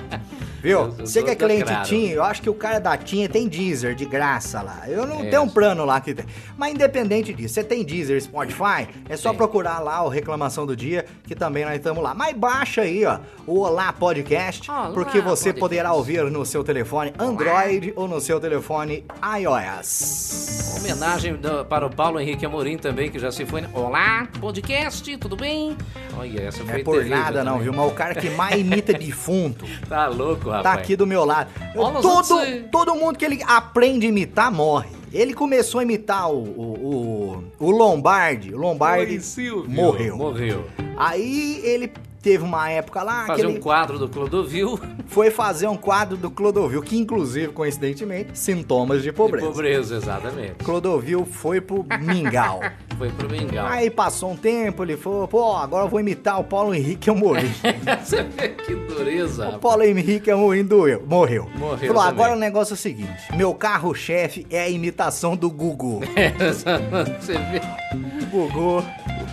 [SPEAKER 1] Viu?
[SPEAKER 2] Eu- eu
[SPEAKER 1] Você que
[SPEAKER 2] sou
[SPEAKER 1] é cliente
[SPEAKER 2] da Claro.
[SPEAKER 1] TIM, eu acho que o cara da TIM tem Deezer de graça lá. Eu não
[SPEAKER 2] É.
[SPEAKER 1] tenho um plano lá que tem. Mas independente disso, você tem Deezer, Spotify, é só
[SPEAKER 2] Tem.
[SPEAKER 1] procurar lá o Reclamação do Dia, que também nós estamos lá. Mas baixa aí, ó, o Olá Podcast,
[SPEAKER 2] Olá
[SPEAKER 1] porque você
[SPEAKER 2] Podcast.
[SPEAKER 1] poderá ouvir no seu telefone Android ou no seu telefone iOS.
[SPEAKER 2] Homenagem do- para o Paulo Henrique Amorim também, que já se foi. Olá, podcast, tudo bem? Olha, essa
[SPEAKER 1] Não
[SPEAKER 2] foi
[SPEAKER 1] é por
[SPEAKER 2] terrível
[SPEAKER 1] nada não,
[SPEAKER 2] também.
[SPEAKER 1] viu? Mas o cara que mais imita defunto
[SPEAKER 2] Tá louco, rapaz.
[SPEAKER 1] tá aqui do meu lado. Eu-
[SPEAKER 2] Olha os outros aí.
[SPEAKER 1] todo, todo mundo que ele aprende a imitar morre. Ele começou a imitar o, o, o, o Lombardi. O Lombardi
[SPEAKER 2] Oi, Silvio.
[SPEAKER 1] morreu.
[SPEAKER 2] Morreu.
[SPEAKER 1] Aí ele teve uma época lá
[SPEAKER 2] Fazer
[SPEAKER 1] que ele
[SPEAKER 2] um quadro do Clodovil
[SPEAKER 1] foi fazer um quadro do Clodovil, que inclusive, coincidentemente, sintomas de
[SPEAKER 2] de
[SPEAKER 1] pobreza.
[SPEAKER 2] pobreza, exatamente.
[SPEAKER 1] Clodovil foi pro mingau.
[SPEAKER 2] Foi pro Mingau.
[SPEAKER 1] Aí passou um tempo, ele falou, pô, agora eu vou imitar o Paulo Henrique Amorim.
[SPEAKER 2] Você vê que dureza.
[SPEAKER 1] O Paulo Henrique Amorim doeu, morreu.
[SPEAKER 2] Tá Morreu
[SPEAKER 1] Falou,
[SPEAKER 2] também.
[SPEAKER 1] agora o negócio é o seguinte, meu carro-chefe é a imitação do Gugu.
[SPEAKER 2] rapaz. Você vê.
[SPEAKER 1] O Gugu,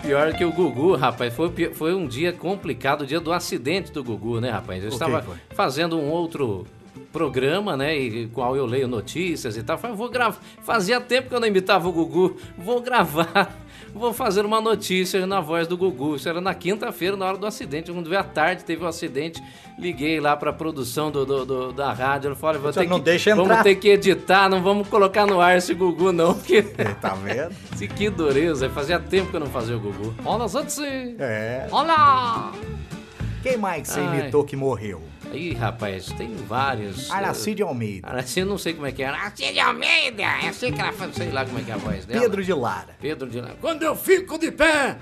[SPEAKER 2] Pior é que o Gugu, rapaz, foi, o pi- foi um dia complicado, o dia do acidente do Gugu, né, rapaz? Eu
[SPEAKER 1] que
[SPEAKER 2] estava
[SPEAKER 1] foi?
[SPEAKER 2] fazendo um outro programa, né, e qual eu leio notícias e tal. Falei, vou gravar. Fazia tempo que eu não imitava o Gugu. Vou gravar. Vou fazer uma notícia na voz do Gugu. Isso era na quinta-feira, na hora do acidente. Quando veio à tarde, teve um acidente. Liguei lá pra produção do, do- do- da rádio. Eu falei, vou
[SPEAKER 1] Você
[SPEAKER 2] ter
[SPEAKER 1] não
[SPEAKER 2] que,
[SPEAKER 1] deixa entrar.
[SPEAKER 2] vamos ter que editar, não vamos colocar no ar esse Gugu, não, porque.
[SPEAKER 1] tá vendo?
[SPEAKER 2] Se que dureza, fazia tempo que eu não fazia o Gugu. Olá, Zanzi!
[SPEAKER 1] É.
[SPEAKER 2] Olá!
[SPEAKER 1] Quem mais que você
[SPEAKER 2] Ai.
[SPEAKER 1] imitou que morreu?
[SPEAKER 2] Ih, rapaz, tem vários.
[SPEAKER 1] Aracide Almeida,
[SPEAKER 2] Aracide, eu não sei como é que é. Aracide Almeida! Eu sei que ela faz, sei lá como é que é a voz dela.
[SPEAKER 1] Pedro de Lara.
[SPEAKER 2] Pedro de lá. Quando eu fico de pé,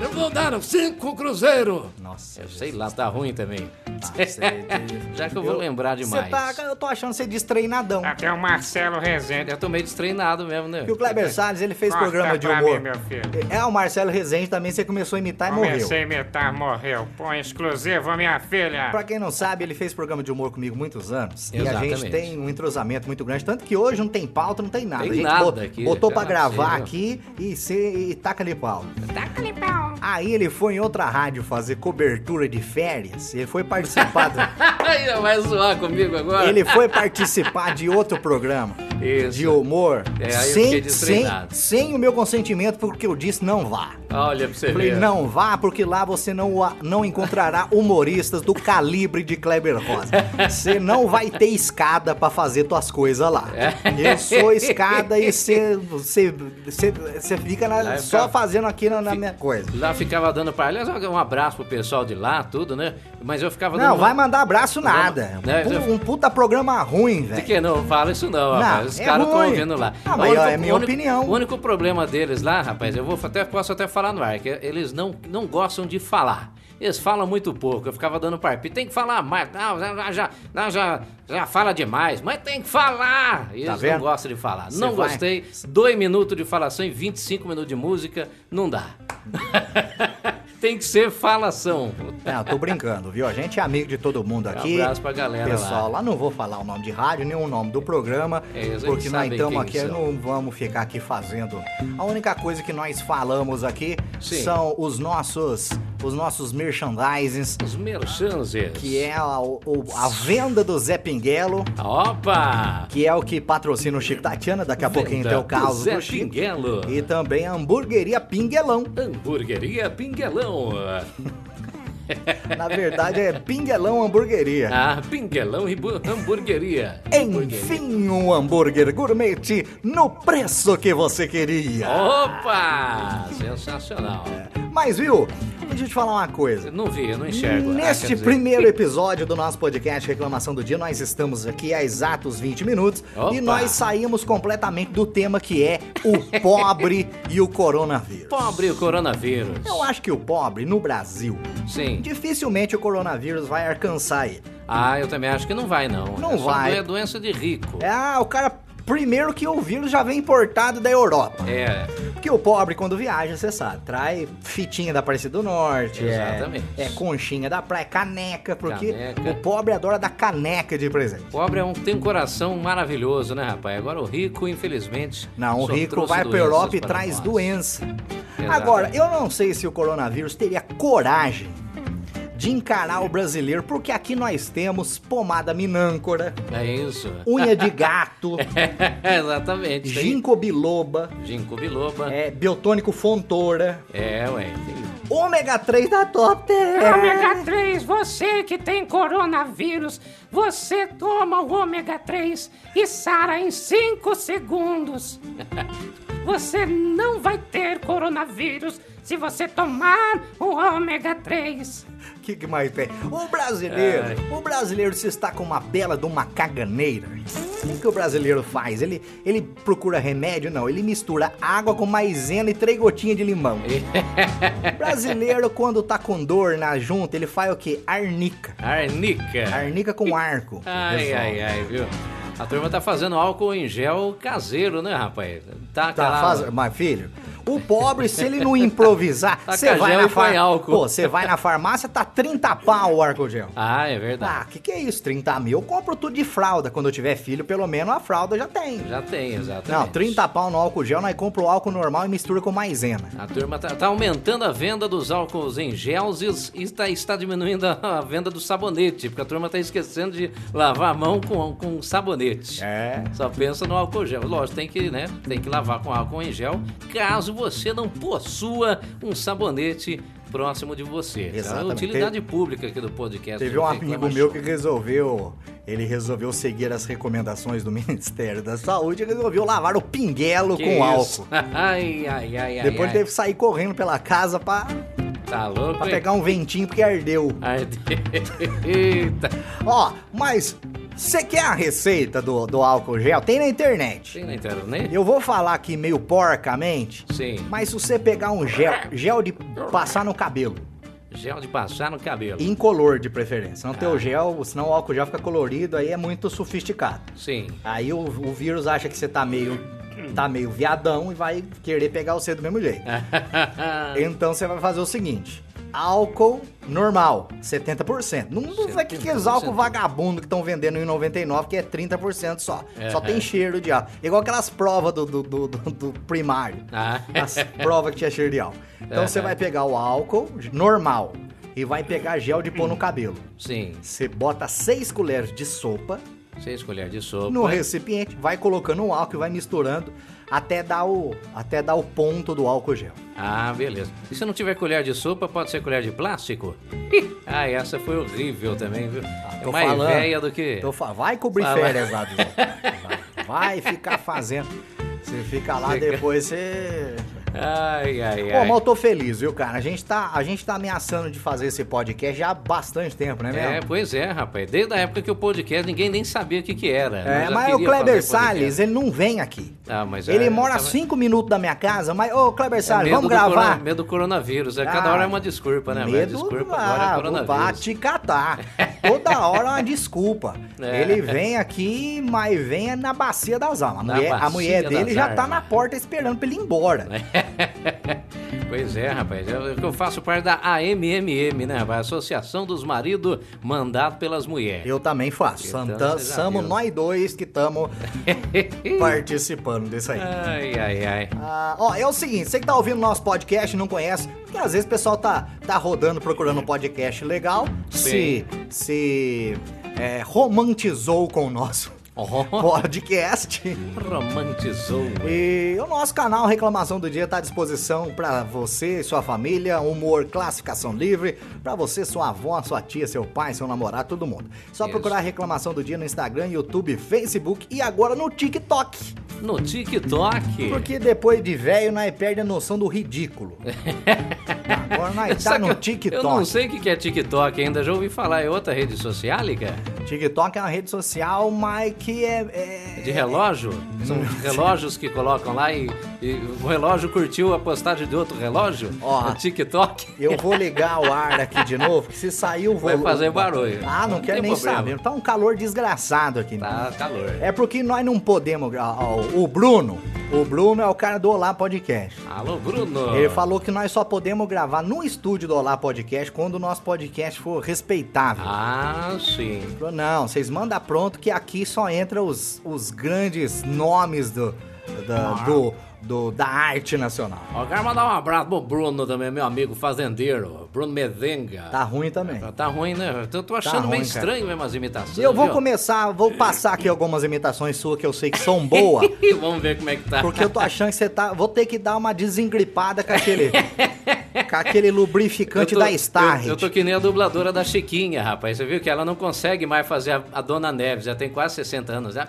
[SPEAKER 2] eu vou dar um cinco cruzeiro.
[SPEAKER 1] Nossa,
[SPEAKER 2] Eu sei lá, tá ruim também. Já que eu vou lembrar demais. Ah,
[SPEAKER 1] Você tá, eu tô achando você destreinadão.
[SPEAKER 5] Até o Marcelo Rezende.
[SPEAKER 2] Eu tô meio destreinado mesmo, né?
[SPEAKER 1] Que o Kleber Salles, ele fez
[SPEAKER 5] Corta
[SPEAKER 1] programa de
[SPEAKER 5] pra
[SPEAKER 1] humor.
[SPEAKER 5] mim, meu filho.
[SPEAKER 1] É, o Marcelo Rezende também, você começou a imitar e morreu.
[SPEAKER 5] Comecei a imitar, morreu. Põe exclusivo, minha filha.
[SPEAKER 1] Pra quem não sabe, ele fez programa de humor comigo muitos anos. E a gente
[SPEAKER 2] Exatamente.
[SPEAKER 1] tem um entrosamento muito grande. Tanto que hoje não tem pauta, não tem nada.
[SPEAKER 2] Tem
[SPEAKER 1] a gente
[SPEAKER 2] nada
[SPEAKER 1] bot-
[SPEAKER 2] aqui, tá
[SPEAKER 1] botou pra
[SPEAKER 2] cara,
[SPEAKER 1] gravar
[SPEAKER 2] sério.
[SPEAKER 1] aqui e, cê, e taca-lhe pau.
[SPEAKER 5] Taca-lhe pau.
[SPEAKER 1] Aí ele foi em outra rádio fazer cobertura de férias. Ele foi participar do-
[SPEAKER 2] Ainda vai zoar comigo agora?
[SPEAKER 1] ele foi participar de outro programa.
[SPEAKER 2] Isso.
[SPEAKER 1] De humor.
[SPEAKER 2] É, aí eu fiquei
[SPEAKER 1] sem, sem,
[SPEAKER 2] destreinado.
[SPEAKER 1] sem o meu consentimento, porque eu disse não vá.
[SPEAKER 2] Olha pra você
[SPEAKER 1] Falei,
[SPEAKER 2] ver.
[SPEAKER 1] não vá, porque lá você não, a- não encontrará humoristas do calibre de Kleber Rosa. Você não vai ter escada pra fazer tuas coisas lá. Eu sou escada e você- você você- você fica na-
[SPEAKER 2] Lá é eu
[SPEAKER 1] só
[SPEAKER 2] ficava-
[SPEAKER 1] fazendo aqui na, na minha coisa.
[SPEAKER 2] Lá ficava dando para. Aliás, um abraço pro pessoal de lá, tudo, né? Mas eu ficava dando. um
[SPEAKER 1] Não, vai mandar abraço nada.
[SPEAKER 2] Não, eu-
[SPEAKER 1] Pu- Um puta programa ruim,
[SPEAKER 2] De
[SPEAKER 1] velho.
[SPEAKER 2] que não fala isso não, rapaz. Os
[SPEAKER 1] é
[SPEAKER 2] caras estão
[SPEAKER 1] ruim.
[SPEAKER 2] ouvindo lá.
[SPEAKER 1] Ah,
[SPEAKER 2] O
[SPEAKER 1] mas é minha
[SPEAKER 2] o único-
[SPEAKER 1] opinião.
[SPEAKER 2] O único problema deles lá, rapaz, eu vou até, posso até falar no ar, que eles não, não gostam de falar. Eles falam muito pouco, eu ficava dando parpite. Tem que falar mais, não, já, já- já, não, já, já fala demais, mas tem que falar. Eles
[SPEAKER 1] Tá vendo?
[SPEAKER 2] não gostam de falar.
[SPEAKER 1] Você
[SPEAKER 2] não
[SPEAKER 1] vai-
[SPEAKER 2] gostei, dois minutos de falação e 25 minutos de música, não dá. tem que ser falação.
[SPEAKER 1] Não, tô brincando, viu? A gente é amigo de todo mundo aqui.
[SPEAKER 2] Um abraço pra galera
[SPEAKER 1] Pessoal, lá. não vou falar o nome de rádio, nem o nome do programa,
[SPEAKER 2] É, eles
[SPEAKER 1] porque nós
[SPEAKER 2] sabem
[SPEAKER 1] estamos
[SPEAKER 2] quem
[SPEAKER 1] aqui,
[SPEAKER 2] são.
[SPEAKER 1] não vamos ficar aqui fazendo. A única coisa que nós falamos aqui
[SPEAKER 2] Sim.
[SPEAKER 1] são os nossos, os nossos merchandisings,
[SPEAKER 2] Os merchanzers.
[SPEAKER 1] que é a, o- a venda do Zé Pinguelo,
[SPEAKER 2] Opa!
[SPEAKER 1] que é o que patrocina o Chico Tatiana, daqui a pouquinho tem o caso
[SPEAKER 2] Zé
[SPEAKER 1] do Chico.
[SPEAKER 2] Pinguelo.
[SPEAKER 1] E também a hamburgueria Pinguelão.
[SPEAKER 2] Hamburgueria Pinguelão.
[SPEAKER 1] Na verdade é Pinguelão Hamburgueria.
[SPEAKER 2] Ah, Pinguelão e bu- Hamburgueria.
[SPEAKER 1] Enfim, um hambúrguer gourmet no preço que você queria.
[SPEAKER 2] Opa! Sensacional.
[SPEAKER 1] Mas viu, deixa eu te falar uma coisa.
[SPEAKER 2] Não vi, eu não enxergo. Ah,
[SPEAKER 1] Neste
[SPEAKER 2] quer dizer,
[SPEAKER 1] primeiro episódio do nosso podcast Reclamação do Dia, nós estamos aqui há exatos 20 minutos
[SPEAKER 2] Opa!
[SPEAKER 1] e nós saímos completamente do tema que é o pobre e o coronavírus.
[SPEAKER 2] Pobre o coronavírus.
[SPEAKER 1] Eu acho que o pobre no Brasil,
[SPEAKER 2] Sim.
[SPEAKER 1] dificilmente o coronavírus vai alcançar ele.
[SPEAKER 2] Ah, eu também acho que não vai, não.
[SPEAKER 1] Não
[SPEAKER 2] É só
[SPEAKER 1] vai.
[SPEAKER 2] É doença de rico.
[SPEAKER 1] Ah, o cara, primeiro que o vírus já vem importado da Europa.
[SPEAKER 2] É.
[SPEAKER 1] Porque o pobre, quando viaja, você sabe, trai fitinha da Aparecida do Norte. é-
[SPEAKER 2] Exatamente.
[SPEAKER 1] É, conchinha da praia, caneca, porque
[SPEAKER 2] Caneca.
[SPEAKER 1] o pobre adora dar caneca de presente.
[SPEAKER 2] Pobre é um, tem um coração maravilhoso, né, rapaz? Agora o rico, infelizmente.
[SPEAKER 1] Não, o
[SPEAKER 2] só
[SPEAKER 1] rico
[SPEAKER 2] trouxe
[SPEAKER 1] vai pra
[SPEAKER 2] doenças
[SPEAKER 1] Europa e
[SPEAKER 2] para
[SPEAKER 1] traz
[SPEAKER 2] nós.
[SPEAKER 1] doença.
[SPEAKER 2] Exato.
[SPEAKER 1] Agora, eu não sei se o coronavírus teria coragem de encarar o brasileiro, porque aqui nós temos pomada minâncora,
[SPEAKER 2] É isso.
[SPEAKER 1] unha de gato,
[SPEAKER 2] É Exatamente. tem
[SPEAKER 1] ginkgo biloba,
[SPEAKER 2] Ginkgo biloba.
[SPEAKER 1] é, biotônico fontora,
[SPEAKER 2] É, ué. tem-
[SPEAKER 1] ômega 3 da Top Terra.
[SPEAKER 5] Ômega 3, você que tem coronavírus, você toma o ômega 3 e sara em 5 segundos. Você não vai ter coronavírus se você tomar o ômega 3.
[SPEAKER 1] O que, que mais tem? O brasileiro, o brasileiro se está com uma bela de uma caganeira. O que, que o brasileiro faz? Ele, ele procura remédio? Não, ele mistura água com maisena e três gotinhas de limão. o brasileiro, quando tá com dor na junta, ele faz o quê? Arnica.
[SPEAKER 2] Arnica.
[SPEAKER 1] Arnica com arco.
[SPEAKER 2] Ai, ai, ai, viu? A turma tá fazendo álcool em gel caseiro, né, rapaz? Tá,
[SPEAKER 1] Tá, faz... Mas, filho, o pobre, se ele não improvisar,
[SPEAKER 2] Taca
[SPEAKER 1] você vai
[SPEAKER 2] gel
[SPEAKER 1] na
[SPEAKER 2] e põe
[SPEAKER 1] farmácia.
[SPEAKER 2] álcool.
[SPEAKER 1] Pô, você vai na farmácia, tá 30 pau o arco gel.
[SPEAKER 2] Ah, é verdade.
[SPEAKER 1] Ah, que que é isso? 30 mil? Eu compro tudo de fralda. Quando eu tiver filho, pelo menos a fralda já tem.
[SPEAKER 2] Já tem, exatamente.
[SPEAKER 1] Não, 30 pau no álcool gel, nós compra o álcool normal e mistura com maisena.
[SPEAKER 2] A turma tá, tá aumentando a venda dos álcools em gels e, os- e tá- está diminuindo a, a venda do sabonete, porque a turma tá esquecendo de lavar a mão com, com sabonete.
[SPEAKER 1] É.
[SPEAKER 2] Só pensa no álcool gel. Lógico, tem que, né, tem que lavar com álcool em gel, caso você não possua um sabonete próximo de você. Essa É a
[SPEAKER 1] Exatamente.
[SPEAKER 2] utilidade pública aqui do podcast.
[SPEAKER 1] Teve um
[SPEAKER 2] Reclama
[SPEAKER 1] amigo meu
[SPEAKER 2] Show.
[SPEAKER 1] que resolveu. Ele resolveu seguir as recomendações do Ministério da Saúde e resolveu lavar o pinguelo
[SPEAKER 2] Que
[SPEAKER 1] com
[SPEAKER 2] isso?
[SPEAKER 1] álcool.
[SPEAKER 2] Ai, ai, ai, ai.
[SPEAKER 1] Depois
[SPEAKER 2] ai.
[SPEAKER 1] teve que sair correndo pela casa pra,
[SPEAKER 2] Tá louco,
[SPEAKER 1] pra
[SPEAKER 2] hein?
[SPEAKER 1] pegar um ventinho porque ardeu.
[SPEAKER 2] Ai, Eita.
[SPEAKER 1] Ó, mas você quer a receita do, do álcool gel? Tem na internet.
[SPEAKER 2] Tem na internet?
[SPEAKER 1] Eu vou falar aqui meio porcamente.
[SPEAKER 2] Sim.
[SPEAKER 1] Mas se você pegar um gel, gel de passar no cabelo,
[SPEAKER 2] Gel de passar no cabelo.
[SPEAKER 1] Incolor de preferência. Não tem
[SPEAKER 2] Ah.
[SPEAKER 1] o gel, senão o álcool gel fica colorido, aí é muito sofisticado.
[SPEAKER 2] Sim.
[SPEAKER 1] Aí o, o vírus acha que você tá meio. tá meio viadão e vai querer pegar você do mesmo jeito.
[SPEAKER 2] Ah.
[SPEAKER 1] Então você vai fazer o seguinte: álcool normal, 70%. Não usa aqueles
[SPEAKER 2] 70%.
[SPEAKER 1] álcool vagabundo que estão vendendo em 99, que é 30% só. Só
[SPEAKER 2] É.
[SPEAKER 1] tem cheiro de álcool. Igual aquelas provas do, do, do- do- do primário.
[SPEAKER 2] Ah.
[SPEAKER 1] As provas que tinha cheiro de álcool. Então você
[SPEAKER 2] Aham.
[SPEAKER 1] vai pegar o álcool normal e vai pegar gel de pôr no cabelo.
[SPEAKER 2] Sim.
[SPEAKER 1] Você bota 6 colheres de sopa
[SPEAKER 2] Seis colheres de sopa.
[SPEAKER 1] no recipiente, vai colocando o álcool e vai misturando até dar o, até dar o ponto do álcool gel.
[SPEAKER 2] Ah, beleza. E se não tiver colher de sopa, pode ser colher de plástico? ah, essa foi horrível também, viu? é
[SPEAKER 1] Ah, Tô
[SPEAKER 2] mais
[SPEAKER 1] falando.
[SPEAKER 2] velha do que.
[SPEAKER 1] Tô Então, fa- vai cobrir
[SPEAKER 2] É. Fala.
[SPEAKER 1] férias lá, do Vai- Vai ficar fazendo. Você fica lá
[SPEAKER 2] Fica.
[SPEAKER 1] depois, você.
[SPEAKER 2] Ai, ai,
[SPEAKER 1] Pô,
[SPEAKER 2] ai.
[SPEAKER 1] mas eu tô feliz, viu, cara? A gente, tá, a gente tá ameaçando de fazer esse podcast já há bastante tempo, né,
[SPEAKER 2] É,
[SPEAKER 1] mesmo?
[SPEAKER 2] pois é, rapaz. Desde a época que o podcast ninguém nem sabia o que, que era.
[SPEAKER 1] É,
[SPEAKER 2] Eu já
[SPEAKER 1] mas o
[SPEAKER 2] queria
[SPEAKER 1] Kleber
[SPEAKER 2] fazer podcast.
[SPEAKER 1] Salles, ele não vem aqui.
[SPEAKER 2] Ah, mas
[SPEAKER 1] ele
[SPEAKER 2] é,
[SPEAKER 1] mora a
[SPEAKER 2] tava-
[SPEAKER 1] 5 minutos da minha casa, mas, ô, Kleber Salles,
[SPEAKER 2] É, medo
[SPEAKER 1] vamos
[SPEAKER 2] do corona-
[SPEAKER 1] gravar.
[SPEAKER 2] medo do coronavírus. É, cada
[SPEAKER 1] Ah,
[SPEAKER 2] hora é uma desculpa, né? Mas
[SPEAKER 1] Medo
[SPEAKER 2] desculpa
[SPEAKER 1] ah,
[SPEAKER 2] agora é
[SPEAKER 1] vou
[SPEAKER 2] coronavírus.
[SPEAKER 1] bate catar. Toda hora é uma desculpa.
[SPEAKER 2] É.
[SPEAKER 1] Ele vem aqui, mas vem é na bacia das almas. A
[SPEAKER 2] Na
[SPEAKER 1] mulher, a
[SPEAKER 2] bacia
[SPEAKER 1] mulher
[SPEAKER 2] das
[SPEAKER 1] dele já tá
[SPEAKER 2] almas.
[SPEAKER 1] na
[SPEAKER 2] É.
[SPEAKER 1] porta esperando pra ele ir embora.
[SPEAKER 2] Pois é, rapaz. Eu, eu faço parte da AMMM, né, rapaz? Associação dos Maridos Mandado pelas Mulheres.
[SPEAKER 1] Eu também faço.
[SPEAKER 2] Então,
[SPEAKER 1] Santa,
[SPEAKER 2] seja
[SPEAKER 1] somos
[SPEAKER 2] Deus.
[SPEAKER 1] nós dois que estamos participando disso aí.
[SPEAKER 2] Ai, ai, ai.
[SPEAKER 1] Ah, ó, é o seguinte, você que tá ouvindo nosso podcast e não conhece, porque às vezes o pessoal tá, tá rodando procurando um podcast legal,
[SPEAKER 2] Sim.
[SPEAKER 1] se, se é, romantizou com o nosso
[SPEAKER 2] Oh,
[SPEAKER 1] podcast.
[SPEAKER 2] romantizou.
[SPEAKER 1] E o nosso canal Reclamação do Dia está à disposição para você e sua família, humor, classificação livre, para você, sua avó, sua tia, seu pai, seu namorado, todo mundo. Só
[SPEAKER 2] Isso.
[SPEAKER 1] procurar Reclamação do Dia no Instagram, YouTube, Facebook e agora no TikTok.
[SPEAKER 2] No TikTok.
[SPEAKER 1] Porque depois de velho, nós perde a noção do ridículo. agora nós tá
[SPEAKER 2] Sabe que
[SPEAKER 1] no
[SPEAKER 2] eu- Eu não
[SPEAKER 1] TikTok.
[SPEAKER 2] sei o que que é TikTok ainda, já ouvi falar, é outra rede social, cara?
[SPEAKER 1] TikTok é uma rede social, mas que é... é-
[SPEAKER 2] De relógio? São relógios que colocam lá e, e o relógio curtiu a postagem de outro relógio?
[SPEAKER 1] Ó.
[SPEAKER 2] No TikTok?
[SPEAKER 1] Eu vou ligar o ar aqui de novo, que se sair o
[SPEAKER 2] Vai
[SPEAKER 1] volume.
[SPEAKER 2] fazer barulho.
[SPEAKER 1] Ah, não,
[SPEAKER 2] Não
[SPEAKER 1] quero
[SPEAKER 2] tem
[SPEAKER 1] nem
[SPEAKER 2] problema.
[SPEAKER 1] saber. Tá um calor desgraçado aqui.
[SPEAKER 2] Tá calor.
[SPEAKER 1] É porque nós não podemos. gra- ó, O Bruno, o Bruno é o cara do Olá Podcast.
[SPEAKER 2] Alô, Bruno.
[SPEAKER 1] Ele falou que nós só podemos gravar no estúdio do Olá Podcast quando o nosso podcast for respeitável.
[SPEAKER 2] Ah, sim.
[SPEAKER 1] Ele falou, Não, vocês mandam pronto que aqui só entra os, os grandes nomes do, da, do- do- da arte nacional.
[SPEAKER 2] Ó, quero mandar um abraço pro Bruno também, meu amigo fazendeiro. Bruno Mezenga.
[SPEAKER 1] Tá ruim também.
[SPEAKER 2] Tá ruim, né? Eu tô- tô achando
[SPEAKER 1] ruim,
[SPEAKER 2] meio
[SPEAKER 1] cara.
[SPEAKER 2] estranho mesmo as imitações.
[SPEAKER 1] Eu vou
[SPEAKER 2] viu?
[SPEAKER 1] começar, vou passar aqui algumas imitações suas que eu sei que são boas.
[SPEAKER 2] E vamos ver como é que tá.
[SPEAKER 1] Porque eu tô achando que você tá. Vou ter que dar uma desengripada com aquele. com aquele lubrificante
[SPEAKER 2] Eu tô-
[SPEAKER 1] da Star.
[SPEAKER 2] Eu, eu tô que nem a dubladora da Chiquinha, rapaz. Você viu que ela não consegue mais fazer a, a Dona Neves, já tem quase 60 anos. né?